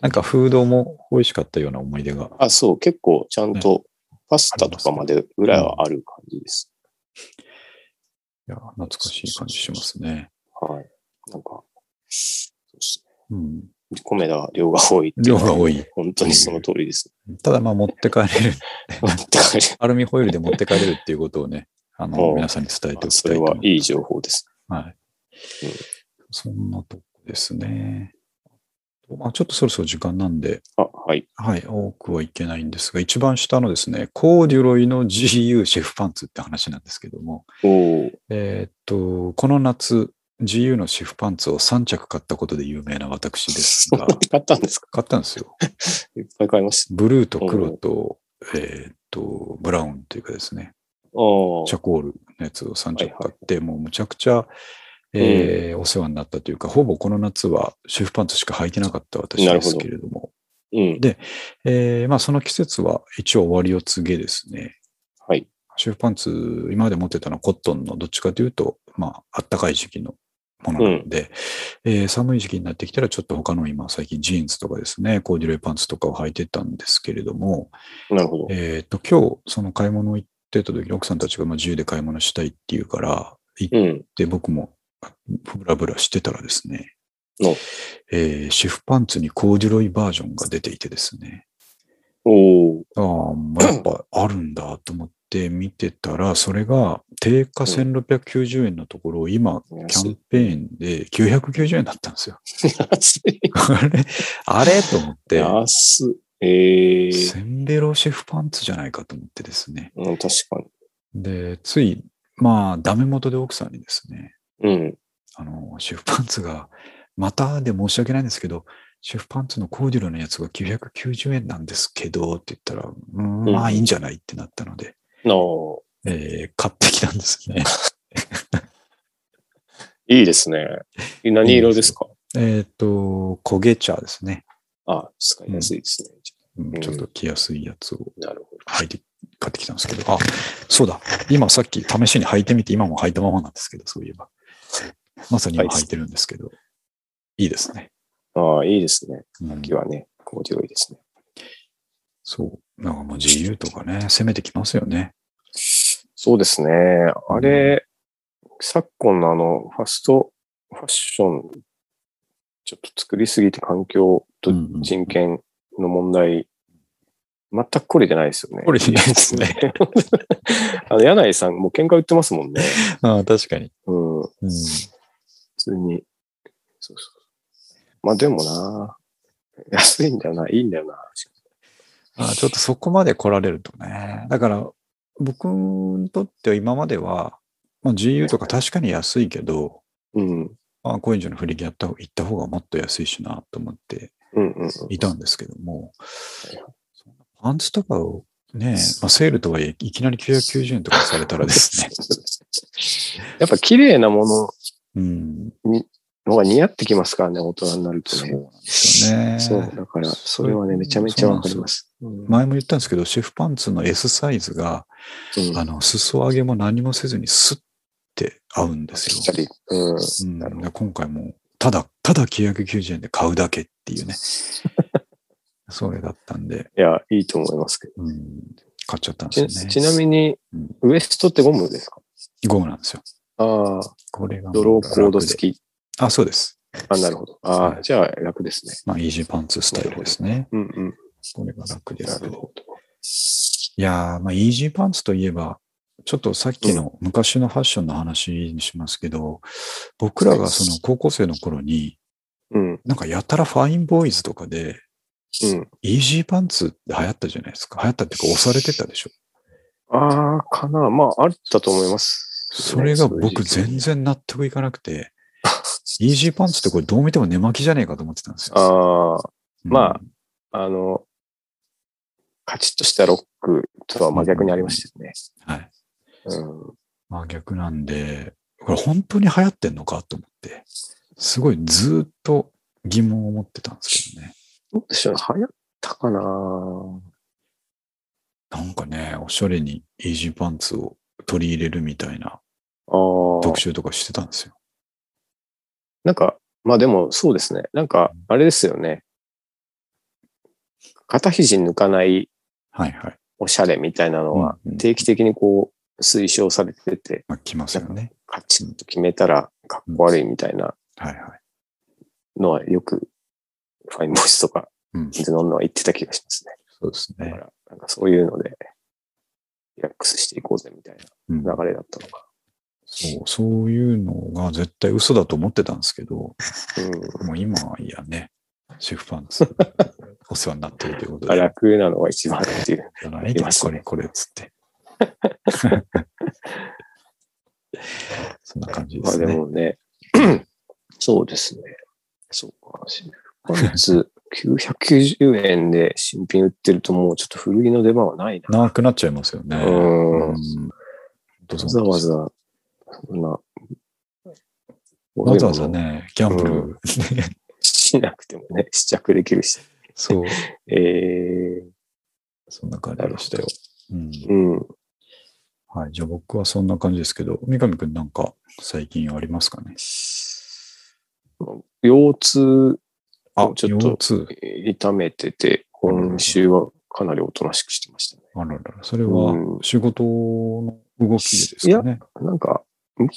Speaker 1: なんかフードも美味しかったような思い出が。
Speaker 2: あ、そう、結構ちゃんとパスタとかまでぐらいはある感じです。
Speaker 1: いや、懐かしい感じしますね。
Speaker 2: はい。なんか、そうです
Speaker 1: うん。
Speaker 2: ね。米田は量が多いってい
Speaker 1: 量
Speaker 2: うのは
Speaker 1: が多い。
Speaker 2: 本当にその通り [laughs] です。
Speaker 1: ただまあ持って帰れる、 [laughs]
Speaker 2: だから [laughs]
Speaker 1: アルミホイルで持って帰れるっていうことをね、あの、
Speaker 2: おう
Speaker 1: 皆さんに伝えておき
Speaker 2: そ
Speaker 1: たい
Speaker 2: れ
Speaker 1: と思っ
Speaker 2: は
Speaker 1: て
Speaker 2: いい情報です。
Speaker 1: はい。
Speaker 2: うん
Speaker 1: そんなとこですね。まあ、ちょっとそろそろ時間なんで、
Speaker 2: あ、はい。
Speaker 1: はい、多くはいけないんですが、一番下のですね、コーデュロイの GU シェフパンツって話なんですけども、
Speaker 2: おー
Speaker 1: えーっと、この夏、 GU のシフパンツを3着買ったことで有名な私です
Speaker 2: そん
Speaker 1: が
Speaker 2: な、に [laughs] 買ったんですか
Speaker 1: 買ったんですよ。
Speaker 2: いっぱい買いました。
Speaker 1: ブルーと黒と、えーっと、ブラウンというかですね、
Speaker 2: ああ。
Speaker 1: チャコールのやつを3着
Speaker 2: はいはい
Speaker 1: 買って、もうむちゃくちゃ、えーお世話になったというか、ほぼこの夏はシェフパンツしか履いてなかった私
Speaker 2: なる
Speaker 1: で
Speaker 2: ほ
Speaker 1: す
Speaker 2: ど
Speaker 1: けれども、
Speaker 2: うん。
Speaker 1: えーまあ、その季節は一応終わりを告げですね、
Speaker 2: はい。
Speaker 1: シェフパンツ、今まで持ってたのはコットンのどっちかというと、まあ、あったかい時期のものなので、えー寒い時期になってきたら、ちょっと他の今、最近ジーンズとかですね、コーデュロイパンツとかを履いてたんですけれども、
Speaker 2: なるほど。
Speaker 1: えっ、と、今日、その買い物行ってた時に奥さんたちがまあ自由で買い物したいっていうから、行っ
Speaker 2: うん。
Speaker 1: て僕もブラブラしてたらですね
Speaker 2: お、
Speaker 1: えーシフパンツにコーデュロイバージョンが出ていてですね、
Speaker 2: おお。
Speaker 1: ああ、まあやっぱあるんだと思って見てたら、それが定価1690円のところを今、
Speaker 2: キ
Speaker 1: キャンペーンで990円だったんですよ。
Speaker 2: [laughs]
Speaker 1: [laughs]
Speaker 2: 安い。
Speaker 1: あれあれと思って、
Speaker 2: 安い。ええ
Speaker 1: センベロシフパンツじゃないかと思ってですね。
Speaker 2: うん、確か
Speaker 1: で、つい、まあ、ダメ元で奥さんにですね、
Speaker 2: に。うん。
Speaker 1: あの、シェフパンツが、またで申し訳ないんですけど、シェフパンツのコーデュロイのやつが990円なんですけど、って言ったら、うーん
Speaker 2: うん
Speaker 1: まあいいんじゃないってなったので、
Speaker 2: の
Speaker 1: えー買ってきたんですね。 [laughs]
Speaker 2: いいですね。何色ですか
Speaker 1: えっと、焦げ茶ですね、
Speaker 2: あ、使いやすいですね。
Speaker 1: うん
Speaker 2: うん
Speaker 1: ちょっと着やすいやつを
Speaker 2: なるほど。
Speaker 1: 履いて、買ってきたんですけど、あ、そうだ、今さっき試しに履いてみて、今も履いたままなんですけど、そういえば。まさに今履いてるんですけど、いいですね。
Speaker 2: ああ、いいですね。
Speaker 1: うん
Speaker 2: 秋はね、コーデュロイですね。
Speaker 1: そう。なんかもう自由とかね、攻めてきますよね。
Speaker 2: そうですね。あれ、昨今のあの、ファストファッション、ちょっと作りすぎて環境と
Speaker 1: うんうん
Speaker 2: 人権の問題、全くこれじゃないですよね。 [laughs]
Speaker 1: 懲りてないですね。
Speaker 2: あの、柳井さんもう喧嘩売ってますもんね。
Speaker 1: [laughs] ああ、確かに。
Speaker 2: うん。普
Speaker 1: うん。
Speaker 2: 通に。そうそう。まあでもな、安いんだよな、いいんだよな。
Speaker 1: ああちょっとそこまで来られるとね。だから、僕にとっては今までは、まあ、GU とか確かに安いけど、
Speaker 2: うん。うん
Speaker 1: まあ、コインジョの振り切りやった方行った方がもっと安いしなと思って
Speaker 2: うん
Speaker 1: [laughs]
Speaker 2: うん。
Speaker 1: いたんですけども、そんなパンツとかをね、まあ、セールとはいえ、いきなり990円とかされたらです
Speaker 2: [laughs]
Speaker 1: ね。
Speaker 2: やっぱ綺麗なもの
Speaker 1: うん。
Speaker 2: のが似合ってきますからね、大人になると
Speaker 1: そう
Speaker 2: ね。
Speaker 1: なんですよね。
Speaker 2: そう、だから、それはね、めちゃめちゃわかります。うん
Speaker 1: 前も言ったんですけど、シェフパンツの S サイズが、
Speaker 2: うん
Speaker 1: あの、裾上げも何もせずにスッって合うんです
Speaker 2: ぴ
Speaker 1: よ
Speaker 2: [laughs] った。り。うん。
Speaker 1: うん、
Speaker 2: なるほ
Speaker 1: で今回も、ただ、ただ990円で買うだけって
Speaker 2: [laughs]
Speaker 1: いうね。それだったんで、
Speaker 2: いや、いいと思いますけど。
Speaker 1: うん、買っちゃったんです
Speaker 2: ち
Speaker 1: よね。
Speaker 2: ちなみに
Speaker 1: うん、
Speaker 2: ウエストってゴムですか
Speaker 1: ゴムなんですよ。
Speaker 2: ああ、
Speaker 1: これが。
Speaker 2: ドローコード
Speaker 1: き
Speaker 2: 付き。
Speaker 1: あ、そうです。
Speaker 2: あ、なるほど。あ
Speaker 1: は
Speaker 2: あ、じゃあ楽ですね。
Speaker 1: まあ、イージーパンツスタイルですね。
Speaker 2: うんうん。
Speaker 1: これが楽で
Speaker 2: な
Speaker 1: す
Speaker 2: る。ほど。
Speaker 1: いやー、まあ、イージーパンツといえば、ちょっとさっきの昔のファッションの話にしますけど、僕らがその高校生の頃に、
Speaker 2: うん。
Speaker 1: なんかやたらファインボーイズとかで、
Speaker 2: うん。
Speaker 1: イージーパンツって流行ったじゃないですか。流行ったっていうか押されてたでしょ。
Speaker 2: ああ、かな。まあ、あったと思います。
Speaker 1: それが僕
Speaker 2: そういう時期
Speaker 1: 全然納得いかなくて、イージーパンツってこれどう見ても寝巻きじゃねえかと思ってたんですよ。
Speaker 2: ああ、
Speaker 1: うん
Speaker 2: まああの、カチッとしたロックとは真逆にありましたよね。
Speaker 1: はい。
Speaker 2: うん。
Speaker 1: まあ逆なんで、これ本当に流行ってんのかと思って、すごいずーっと疑問を持ってたんですけどね。
Speaker 2: どうでしょうね。流行ったかな
Speaker 1: なんかね、おしゃれにイージーパンツを取り入れるみたいな
Speaker 2: ああ
Speaker 1: 特。集とかしてたんですよ。
Speaker 2: なんか、まあでもそうですね。なんか、あれですよね。肩肘抜かない
Speaker 1: はいはい。
Speaker 2: おしゃれみたいなのは、
Speaker 1: うんうん
Speaker 2: 定期的にこう、推奨されてて、
Speaker 1: まあ、来ますよね。
Speaker 2: カチッと決めたらかっこ悪いみたいな
Speaker 1: はいはい。
Speaker 2: のはよく、ファインボイスとか、
Speaker 1: うん
Speaker 2: 水飲んのは言ってた気がしますね。
Speaker 1: そうです
Speaker 2: だか
Speaker 1: ね。
Speaker 2: ら、なんかそういうので、リラックスしていこうぜみたい
Speaker 1: うん
Speaker 2: な流れだったのか。
Speaker 1: そうそういうのが絶対嘘だと思ってたんですけど、
Speaker 2: う
Speaker 1: もう今はいやね、シェフパン
Speaker 2: [laughs]
Speaker 1: ツ、お世話になってるということ
Speaker 2: ん。
Speaker 1: で、
Speaker 2: 楽なのが一番っていう。
Speaker 1: じゃないで
Speaker 2: いますす
Speaker 1: こ
Speaker 2: ね
Speaker 1: れ、これっつ
Speaker 2: [laughs]
Speaker 1: って。そんな感じで
Speaker 2: ますあで
Speaker 1: ね。
Speaker 2: もね、そうですね。そうか。シンプルパンツ990円で新品売ってるともうちょっと古着の出番はないな。
Speaker 1: 長くなっちゃいますよね。
Speaker 2: うーん
Speaker 1: んどう
Speaker 2: わ
Speaker 1: ぞ
Speaker 2: ざわざ、そんな、
Speaker 1: わざわざね、ギャンブル、
Speaker 2: うしなくてもね、試着できるし。
Speaker 1: [laughs] そう、
Speaker 2: ええ
Speaker 1: そんな感じでしたよ。うん
Speaker 2: うん。
Speaker 1: はい、じゃあ僕はそんな感じですけど、三上くんなんか最近ありますかね
Speaker 2: 腰痛
Speaker 1: あ、
Speaker 2: ちょっ
Speaker 1: 腰
Speaker 2: と
Speaker 1: 痛。
Speaker 2: 痛めてて、今週はかなりおとなしくしてましたね。
Speaker 1: あらら、それは
Speaker 2: うん
Speaker 1: 仕事の動きですかね。
Speaker 2: なんか、僕、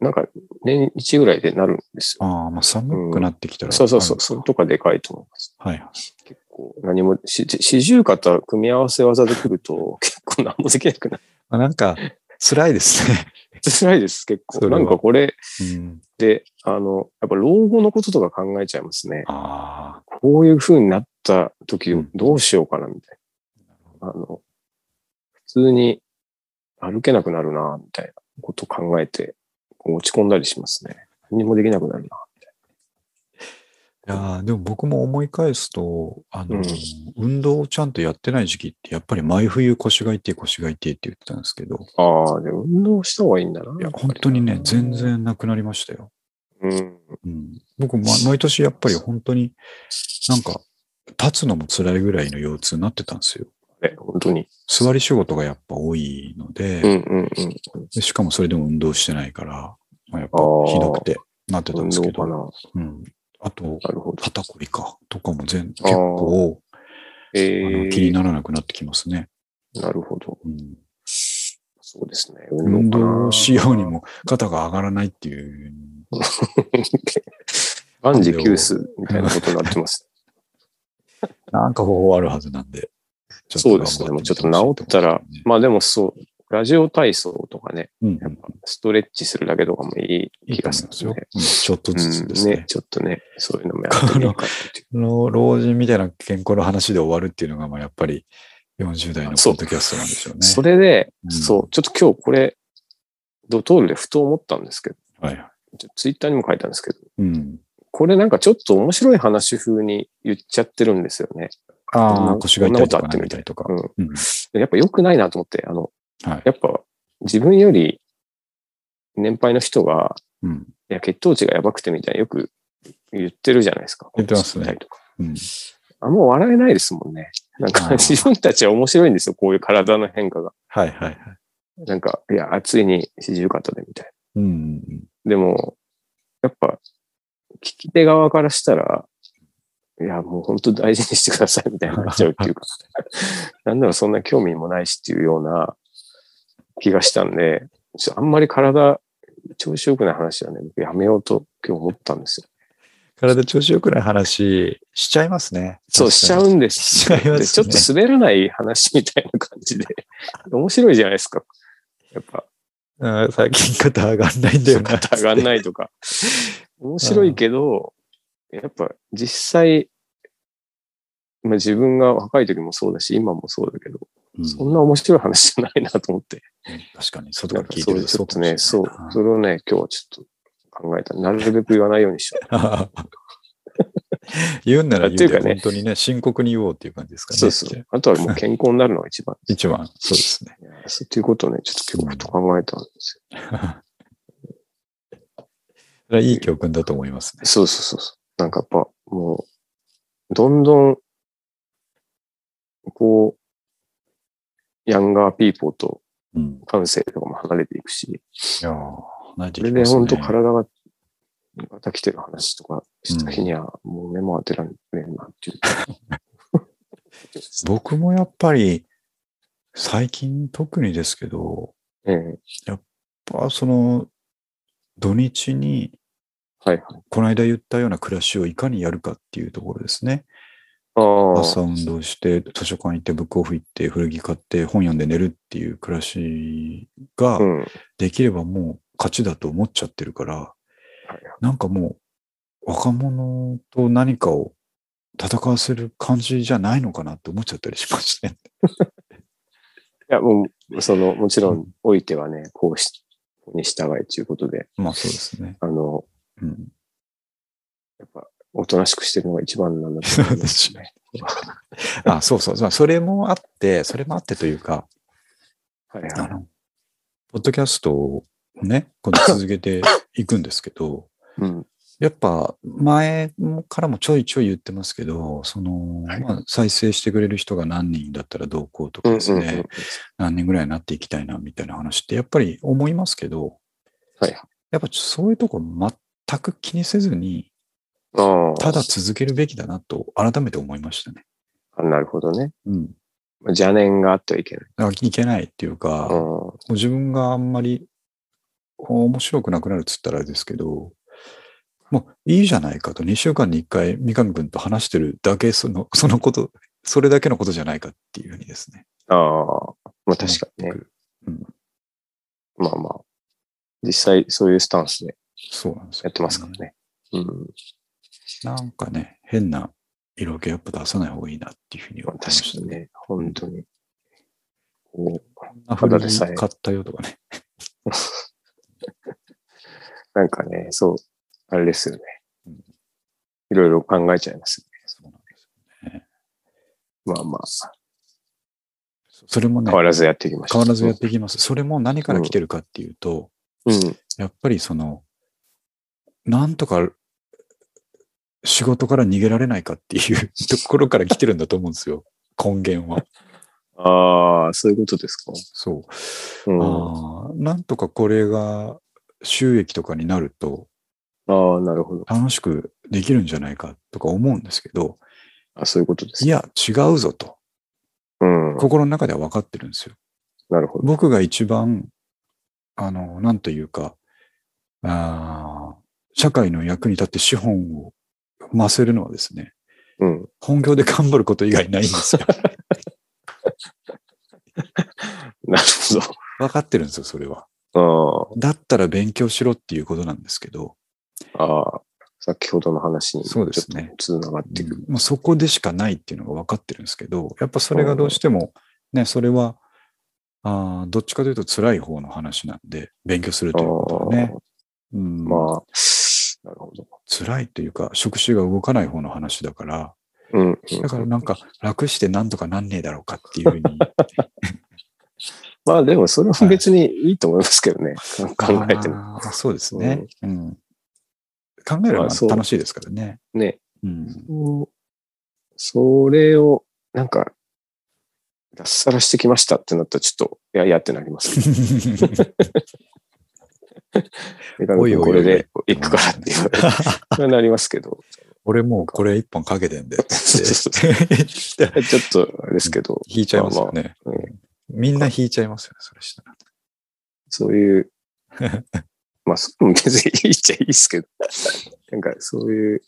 Speaker 2: なんか年1ぐらいでなるんですよ。
Speaker 1: ああ、まあ寒くなってきたら、
Speaker 2: そうそうそう、
Speaker 1: あ
Speaker 2: それとかでかいと思います。
Speaker 1: る。はいはい。
Speaker 2: 結構何も、し四十肩組み合わせ技で来ると [laughs] 結構何もできなくなっ
Speaker 1: あなんか、辛いですね。
Speaker 2: て辛いです、結
Speaker 1: そ
Speaker 2: 構。
Speaker 1: れは
Speaker 2: なんかこれ
Speaker 1: うん、
Speaker 2: で、あの、やっぱ老後のこととか考えちゃいますね。
Speaker 1: ああ、
Speaker 2: こういう風になった時
Speaker 1: うん
Speaker 2: どうしようかな、みたいな。あの、普通に歩けなくなるな、みたいなこと考えて、こう落ち込んだりしますね。何もできなくなるな。
Speaker 1: いやーでも僕も思い返すと、あの、
Speaker 2: うん
Speaker 1: 運動をちゃんとやってない時期って、やっぱり毎冬腰が痛い腰が痛いって言ってたんですけど、
Speaker 2: ああ、でも運動した方がいいんだな。
Speaker 1: いや、
Speaker 2: っぱり
Speaker 1: 本当にね、全。然なくなりましたよ。
Speaker 2: うん。
Speaker 1: うん、僕、ま、毎年やっぱり本当になんか、立つのも辛いぐらいの腰痛になってたんですよ。
Speaker 2: え、本当に。
Speaker 1: 座り仕事がやっぱ多いので、
Speaker 2: うんうんうん。
Speaker 1: でしかもそれでも運動してないから、まあ、やっぱ
Speaker 2: あー
Speaker 1: ひどくてなってたん
Speaker 2: 運
Speaker 1: ですけ
Speaker 2: 動
Speaker 1: ど、
Speaker 2: かな。
Speaker 1: うん、あと
Speaker 2: なるほど。
Speaker 1: 肩こりかとかも全結
Speaker 2: あー
Speaker 1: 構あ
Speaker 2: え
Speaker 1: の
Speaker 2: え
Speaker 1: 気にならなくなってきますね、
Speaker 2: なるほど。
Speaker 1: うん。
Speaker 2: そうですね。
Speaker 1: 運
Speaker 2: かな
Speaker 1: 動しように。も肩が上がらないっていう、
Speaker 2: [laughs] 万事休すみたいなことになってます。
Speaker 1: なんか方法あるはずなんで。ちょっと
Speaker 2: そうですね。
Speaker 1: 頑
Speaker 2: も
Speaker 1: 張
Speaker 2: う
Speaker 1: て
Speaker 2: ちょっ
Speaker 1: みてほしい
Speaker 2: と治ったら、まあでもそう、ラジオ体操とかね、
Speaker 1: うん
Speaker 2: やっぱストレッチするだけとかもいい
Speaker 1: いい
Speaker 2: 気
Speaker 1: と
Speaker 2: が
Speaker 1: 思い
Speaker 2: するん
Speaker 1: ま
Speaker 2: ですす
Speaker 1: よ
Speaker 2: ね。。
Speaker 1: うんちょっとずつです
Speaker 2: うん
Speaker 1: ね。
Speaker 2: ね。ちょっとね、そういうのもやってみようかっていう
Speaker 1: あの老人みたいな健康の話で終わるっていうのが、まあ、やっぱり40代のポッドキャストなんでしょうね。
Speaker 2: それで、
Speaker 1: うん
Speaker 2: そう、ちょっと今日これ、ドトールでふと思ったんですけど、
Speaker 1: はいはい。
Speaker 2: ちょツイッターにも書いたんですけど、
Speaker 1: うん。
Speaker 2: これなんかちょっと面白い話風に言っちゃってるんですよね。
Speaker 1: あ
Speaker 2: こ
Speaker 1: あ、
Speaker 2: んな
Speaker 1: 腰が痛いと
Speaker 2: こんなことあ
Speaker 1: か
Speaker 2: って
Speaker 1: な
Speaker 2: み
Speaker 1: み
Speaker 2: た
Speaker 1: た
Speaker 2: い
Speaker 1: いとか。
Speaker 2: うん。
Speaker 1: うん。
Speaker 2: やっぱ良くないなと思って、あの、
Speaker 1: はい。
Speaker 2: やっぱ自分より年配の人が、
Speaker 1: うん。
Speaker 2: いや、血糖値がやばくてみたいな、よく言ってるじゃないですか。
Speaker 1: 言ってますね
Speaker 2: こう聞いたりとか
Speaker 1: うん。
Speaker 2: あんま笑えないですもんね。なん
Speaker 1: あ
Speaker 2: か
Speaker 1: ー
Speaker 2: 自分たちは面白いんですよ、こういう体の変化が。
Speaker 1: はいはいはい。
Speaker 2: なんか、いや、ついに四十肩でみたい
Speaker 1: うん。
Speaker 2: な。でも、やっぱ、聞き手側からしたら、いや、もう本当大事にしてくださいみたいになっちゃうっていうか、なんならそんな興味もないしっていうような気がしたんで、ちょっとあんまり体、調子良くない話はね、僕やめようと今日思ったんですよ
Speaker 1: 体調子良くない話しちゃいますね。
Speaker 2: そう、しちゃうんです。
Speaker 1: しちゃいますね
Speaker 2: でちょっと滑らない話みたいな感じで。面白いじゃないですか。やっぱ、
Speaker 1: うん。最近肩上がん [laughs] ないんだよな。
Speaker 2: 肩上がんないとか。 [laughs] 面白いけど、やっぱ実際、まあ自分が若い時もそうだし、今もそうだけど、
Speaker 1: うん
Speaker 2: そんな面白い話じゃないなと思って。
Speaker 1: 確かに、外
Speaker 2: な
Speaker 1: か
Speaker 2: ん
Speaker 1: ら聞
Speaker 2: か
Speaker 1: い
Speaker 2: そ
Speaker 1: て
Speaker 2: う
Speaker 1: る
Speaker 2: いうちょっ
Speaker 1: か
Speaker 2: と
Speaker 1: もしれな
Speaker 2: ね、
Speaker 1: い
Speaker 2: そう、それをね、今日はちょっと考えた。なるべく言わないようにしよう。
Speaker 1: [laughs] 言うんなら言う
Speaker 2: ってい
Speaker 1: で、
Speaker 2: うかね
Speaker 1: 本当にね、深刻に言おうっていう感じですかね。
Speaker 2: そうそう。あとはもう健康になるのが一番。
Speaker 1: 一番、そうですね。
Speaker 2: っていうことをね、ちょっと結構ふと考えたんですよ。
Speaker 1: [laughs] それはいい教訓だと思いますね。
Speaker 2: そうそうそうそう。なんかやっぱ、もう、どんどん、こう、ヤンガーピーポーと
Speaker 1: うん。
Speaker 2: 感性とかも離れていくし、
Speaker 1: いやー慣れてい
Speaker 2: そ
Speaker 1: き
Speaker 2: れ
Speaker 1: ま
Speaker 2: です
Speaker 1: ね
Speaker 2: 本当体が、また来てる話とかした日には、もう目も当てられんなっていう。
Speaker 1: 僕もやっぱり、最近特にですけど、
Speaker 2: ええ
Speaker 1: やっぱその、土日に、
Speaker 2: はいはい。
Speaker 1: この間言ったような暮らしをいかにやるかっていうところですね。
Speaker 2: あ
Speaker 1: 朝運動して、図書館行って、ブックオフ行って、古着買って、本読んで寝るっていう暮らしが
Speaker 2: あ。う、ん。はい
Speaker 1: できればもう勝ちだと思っちゃってるから、なんかもう、若者と何かを戦わせる感じじゃないのかなって思 [laughs] っちゃったりしましたね。
Speaker 2: いや、もう、その、もちろん、おいてはね、こうし、ここに従いということで、
Speaker 1: まあそうですね。
Speaker 2: あの、
Speaker 1: うん。
Speaker 2: やっぱ、おとなしくしてるのが一番
Speaker 1: [laughs]
Speaker 2: なんだと思いますね。
Speaker 1: あ、そうそうそう。それもあって、それもあってというか、
Speaker 2: はい
Speaker 1: あ
Speaker 2: は
Speaker 1: の、ポッドキャストをね、この続けていくんですけど、 [laughs]
Speaker 2: い。うん。
Speaker 1: やっぱ前からもちょいちょい言ってますけど、その、
Speaker 2: はい
Speaker 1: まあ、再生してくれる人が何人だったらどうこうと
Speaker 2: う
Speaker 1: か
Speaker 2: ん
Speaker 1: で
Speaker 2: うん
Speaker 1: す
Speaker 2: うん。
Speaker 1: ね、
Speaker 2: はい
Speaker 1: 何人ぐらいになっていきたいなみたいな話ってやっぱり思いますけど、
Speaker 2: はい。
Speaker 1: やっぱそういうとこ全く気にせずに、
Speaker 2: ああ。
Speaker 1: ただ続けるべきだなと改めて思いましたね。
Speaker 2: あなるほどね。
Speaker 1: うん。
Speaker 2: まあ邪念があってはいけない。
Speaker 1: あいけないっていうか、
Speaker 2: う
Speaker 1: もう
Speaker 2: ん。
Speaker 1: 自分があんまり面白くなくなるっつったらあれですけど、もういいじゃないかと、2週間に1回三上君と話してるだけ、その、そのこと、それだけのことじゃないかっていうふうにですね。
Speaker 2: ああ。まあ確かにね。
Speaker 1: うん
Speaker 2: まあまあ。実際そういうスタンスで
Speaker 1: そうなんですよ、
Speaker 2: やってますからね。うん。
Speaker 1: なんかね、変な色気やっぱ出さない方がいいなっていうふうに
Speaker 2: ま
Speaker 1: 思
Speaker 2: あ
Speaker 1: いま
Speaker 2: 確
Speaker 1: し
Speaker 2: か
Speaker 1: た
Speaker 2: に。ね。本当に。こう
Speaker 1: こんな古
Speaker 2: ただで
Speaker 1: 着
Speaker 2: さえ
Speaker 1: 買ったよとかね。
Speaker 2: なんかね、そう、あれですよね
Speaker 1: うん。
Speaker 2: いろいろ考えちゃいます。
Speaker 1: そうなんですよね。
Speaker 2: まあまあ、
Speaker 1: それもね
Speaker 2: 変、わらずやっていきましょ
Speaker 1: 変
Speaker 2: う。
Speaker 1: わらずやっていきます。それも何から来てるかっていうと、
Speaker 2: うん。
Speaker 1: やっぱりその、なんとか仕事から逃げられないかっていう [laughs] ところから来てるんだと思うんですよ。根源は。
Speaker 2: ああ、そういうことですか。
Speaker 1: そうう。
Speaker 2: ん、あ
Speaker 1: あーなんとかこれが収益とかになると
Speaker 2: あ、なるほど。
Speaker 1: 楽しくできるんじゃないかとか思うんですけど、
Speaker 2: あそういうことです。
Speaker 1: いや、違うぞと。
Speaker 2: うん。
Speaker 1: 心の中では分かってるんですよ。
Speaker 2: なるほど。
Speaker 1: 僕が一番、あの、なんというか、あー社会の役に立って資本を増せるのはですね、
Speaker 2: うん。
Speaker 1: 本業で頑張ること以外ないんですよ。
Speaker 2: [laughs] なる
Speaker 1: 分かってるんですよ、それは。
Speaker 2: ほど。
Speaker 1: だったら勉強しろっていうことなんですけど、
Speaker 2: ああ、ああ、先ほどの話にちょ
Speaker 1: そう
Speaker 2: っ
Speaker 1: で
Speaker 2: と
Speaker 1: すね
Speaker 2: つながってくる。
Speaker 1: もうそこでしかないっていうのが分かってるんですけど、やっぱそれがどうしても、ね、それは、あーどっちかというと辛い方の話なんで、勉強するということはね。うん
Speaker 2: ああ、まあ、なるほど。
Speaker 1: 辛いというか、職種が動かない方の話だから、
Speaker 2: うん、うん。
Speaker 1: だからなんか楽してなんとかなんねえだろうかっていうふうに
Speaker 2: まあでもそれも別にいいと思いますけどね。 [laughs] 考えても。
Speaker 1: あーそうですね。うん。考えれば
Speaker 2: まあそう
Speaker 1: 楽しいですからね。
Speaker 2: ね。
Speaker 1: うん。
Speaker 2: そうそれを、なんか、脱サラしてきましたってなったら、ちょっと、いや、いやってなります、
Speaker 1: [laughs]
Speaker 2: ね。
Speaker 1: おいおいおい
Speaker 2: これで行くからって言われて、そ [laughs] れはなりますけど、
Speaker 1: 俺もうこれ一本かけて
Speaker 2: [laughs]
Speaker 1: んでって
Speaker 2: そう
Speaker 1: 言って。
Speaker 2: ちょっとあれですけど、
Speaker 1: 引いちゃいますよね
Speaker 2: まあまあう。
Speaker 1: みんな引いちゃいますよね、それしたら。
Speaker 2: そ
Speaker 1: [laughs]
Speaker 2: ういう、まあ、そうん別にいいっちゃいいですけど、なんかそういう、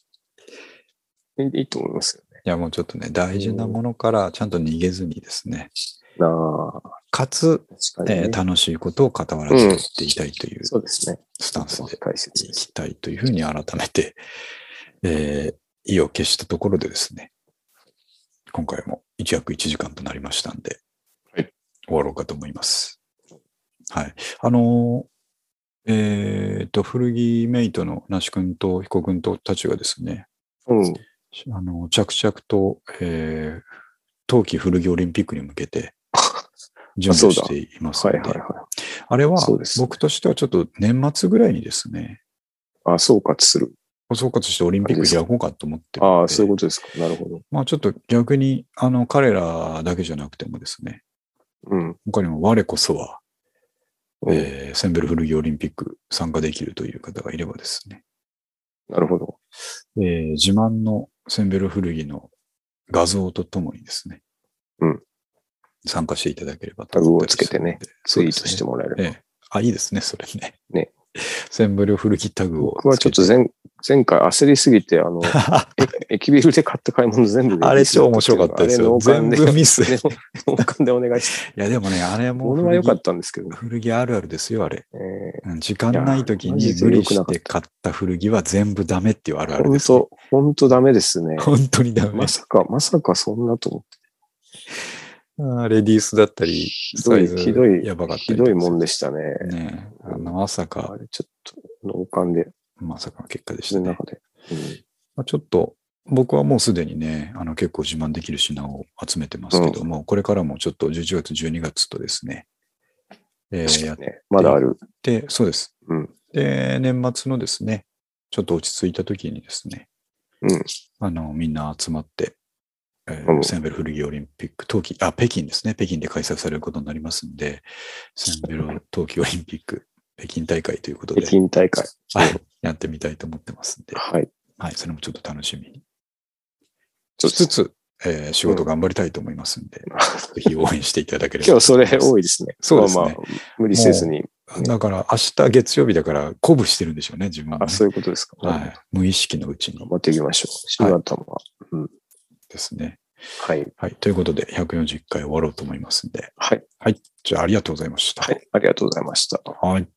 Speaker 2: いいいと思いますよね。
Speaker 1: いや、もうちょっとね、大事なものからちゃんと逃げずにですね、
Speaker 2: なあ、
Speaker 1: かつ、
Speaker 2: 確かに、
Speaker 1: え
Speaker 2: ね
Speaker 1: ー楽しいことを傍らずやっていきたいという
Speaker 2: そうですね。
Speaker 1: スタンスで
Speaker 2: 大切
Speaker 1: い
Speaker 2: です。
Speaker 1: きたいというふうに改めて、えー意を決したところでですね、今回も一約1時間となりましたんで、
Speaker 2: はい
Speaker 1: 終わろうかと思います。はい。あのーえっと、古着メイトの那須君と彦君とたちがですね、
Speaker 2: うん。
Speaker 1: あの着々と、えー冬季古着オリンピックに向け
Speaker 2: [laughs]
Speaker 1: て、準備しています
Speaker 2: は
Speaker 1: の
Speaker 2: い
Speaker 1: で、
Speaker 2: はいは
Speaker 1: あれは
Speaker 2: そうです
Speaker 1: 僕としてはちょっと年末ぐらいにですね、
Speaker 2: い。あ、総括する。
Speaker 1: 総括してオリンピック開こうかと思ってるんで
Speaker 2: ああ、そういうことですか。なるほど。
Speaker 1: まあちょっと逆に、あの、彼らだけじゃなくてもですね、
Speaker 2: うん。
Speaker 1: 他にも我こそは、
Speaker 2: うん
Speaker 1: えーセンベル古着オリンピック参加できるという方がいればですね、
Speaker 2: なるほど。
Speaker 1: えー自慢のセンベル古着の画像とともにですね、
Speaker 2: うん
Speaker 1: 参加していただければと
Speaker 2: タグ
Speaker 1: 思っ
Speaker 2: を
Speaker 1: たり
Speaker 2: つ
Speaker 1: する
Speaker 2: け
Speaker 1: の
Speaker 2: て
Speaker 1: で
Speaker 2: ね、ツ
Speaker 1: そう
Speaker 2: イ
Speaker 1: で
Speaker 2: ー
Speaker 1: す
Speaker 2: ト
Speaker 1: ね
Speaker 2: してもらえれば。
Speaker 1: ええあ、いいですね、それね。
Speaker 2: ね。
Speaker 1: [laughs] センベル古着タグを。
Speaker 2: 僕はちょっと前前回焦りすぎて、あ
Speaker 1: [laughs]
Speaker 2: の、え駅ビルで買った買い物全部
Speaker 1: あれ超面白かったですよ。全部ミス。
Speaker 2: あれ
Speaker 1: い
Speaker 2: 脳幹で脳幹でお願いして。
Speaker 1: や、でもね、あれ [laughs] も
Speaker 2: 物
Speaker 1: 古着
Speaker 2: は良かったんですけどね。
Speaker 1: 古着あるあるですよ、あれ。
Speaker 2: え
Speaker 1: うん時間ない時
Speaker 2: いやマジ
Speaker 1: に
Speaker 2: で
Speaker 1: 無理
Speaker 2: 良くな
Speaker 1: し
Speaker 2: かって
Speaker 1: 買った古着は全部ダメっていうあるあ
Speaker 2: ー
Speaker 1: る
Speaker 2: 本
Speaker 1: ですね、
Speaker 2: 当、本当ダメですね。
Speaker 1: [laughs] 本当にダメ
Speaker 2: ま。さか、まさかそんなと思って。
Speaker 1: あーレディースだったり、
Speaker 2: ひど
Speaker 1: サイ
Speaker 2: い、
Speaker 1: ズ
Speaker 2: ひどい、
Speaker 1: やばかったり
Speaker 2: ひどいもんでしたね。
Speaker 1: ね。あのまさか
Speaker 2: あ、れちょっと、脳幹で
Speaker 1: まさかの結果でし
Speaker 2: 自
Speaker 1: た
Speaker 2: 分の
Speaker 1: ね。
Speaker 2: 中で。
Speaker 1: まあ、ちょっと、僕はもうすでにね、あの結構自慢できる品を集めてますけども、これからもちょっと11月、12月とですね、え
Speaker 2: う
Speaker 1: ー
Speaker 2: ん、確
Speaker 1: や
Speaker 2: か
Speaker 1: っ
Speaker 2: にね。まだある。
Speaker 1: て、そうです。
Speaker 2: うん
Speaker 1: で、年末のですね、ちょっと落ち着いた時にですね、
Speaker 2: うん
Speaker 1: あの、みんな集まって、え
Speaker 2: うん
Speaker 1: ー、センベロ古着オリンピック、冬季、あ、北京ですね、北京で開催されることになりますんで、センベロ冬季オリンピック、 [laughs] 北京大会ということで
Speaker 2: 北、京大会。
Speaker 1: はいやってみたいと思ってますんで、
Speaker 2: はい。
Speaker 1: はい、それもちょっと楽しみに
Speaker 2: そう
Speaker 1: し
Speaker 2: です
Speaker 1: つつ、えー仕事頑張りたいと思いますんで、ぜひ応援していただければ。
Speaker 2: 今日それ多いですね。
Speaker 1: そうですね
Speaker 2: まあまあ、無理せずに。
Speaker 1: だから明日月曜日だから鼓舞してるんでしょうね、自分は、ね
Speaker 2: あ、。そういうことですか。
Speaker 1: はい。無意識のうちに
Speaker 2: 頑張っていきましょう。
Speaker 1: はい
Speaker 2: 新潟も。
Speaker 1: ですね。
Speaker 2: はい。
Speaker 1: はい。ということで、141回終わろうと思いますんで。
Speaker 2: はい。
Speaker 1: じゃあ、ありがとうございました。
Speaker 2: はい。ありがとうございました。
Speaker 1: はい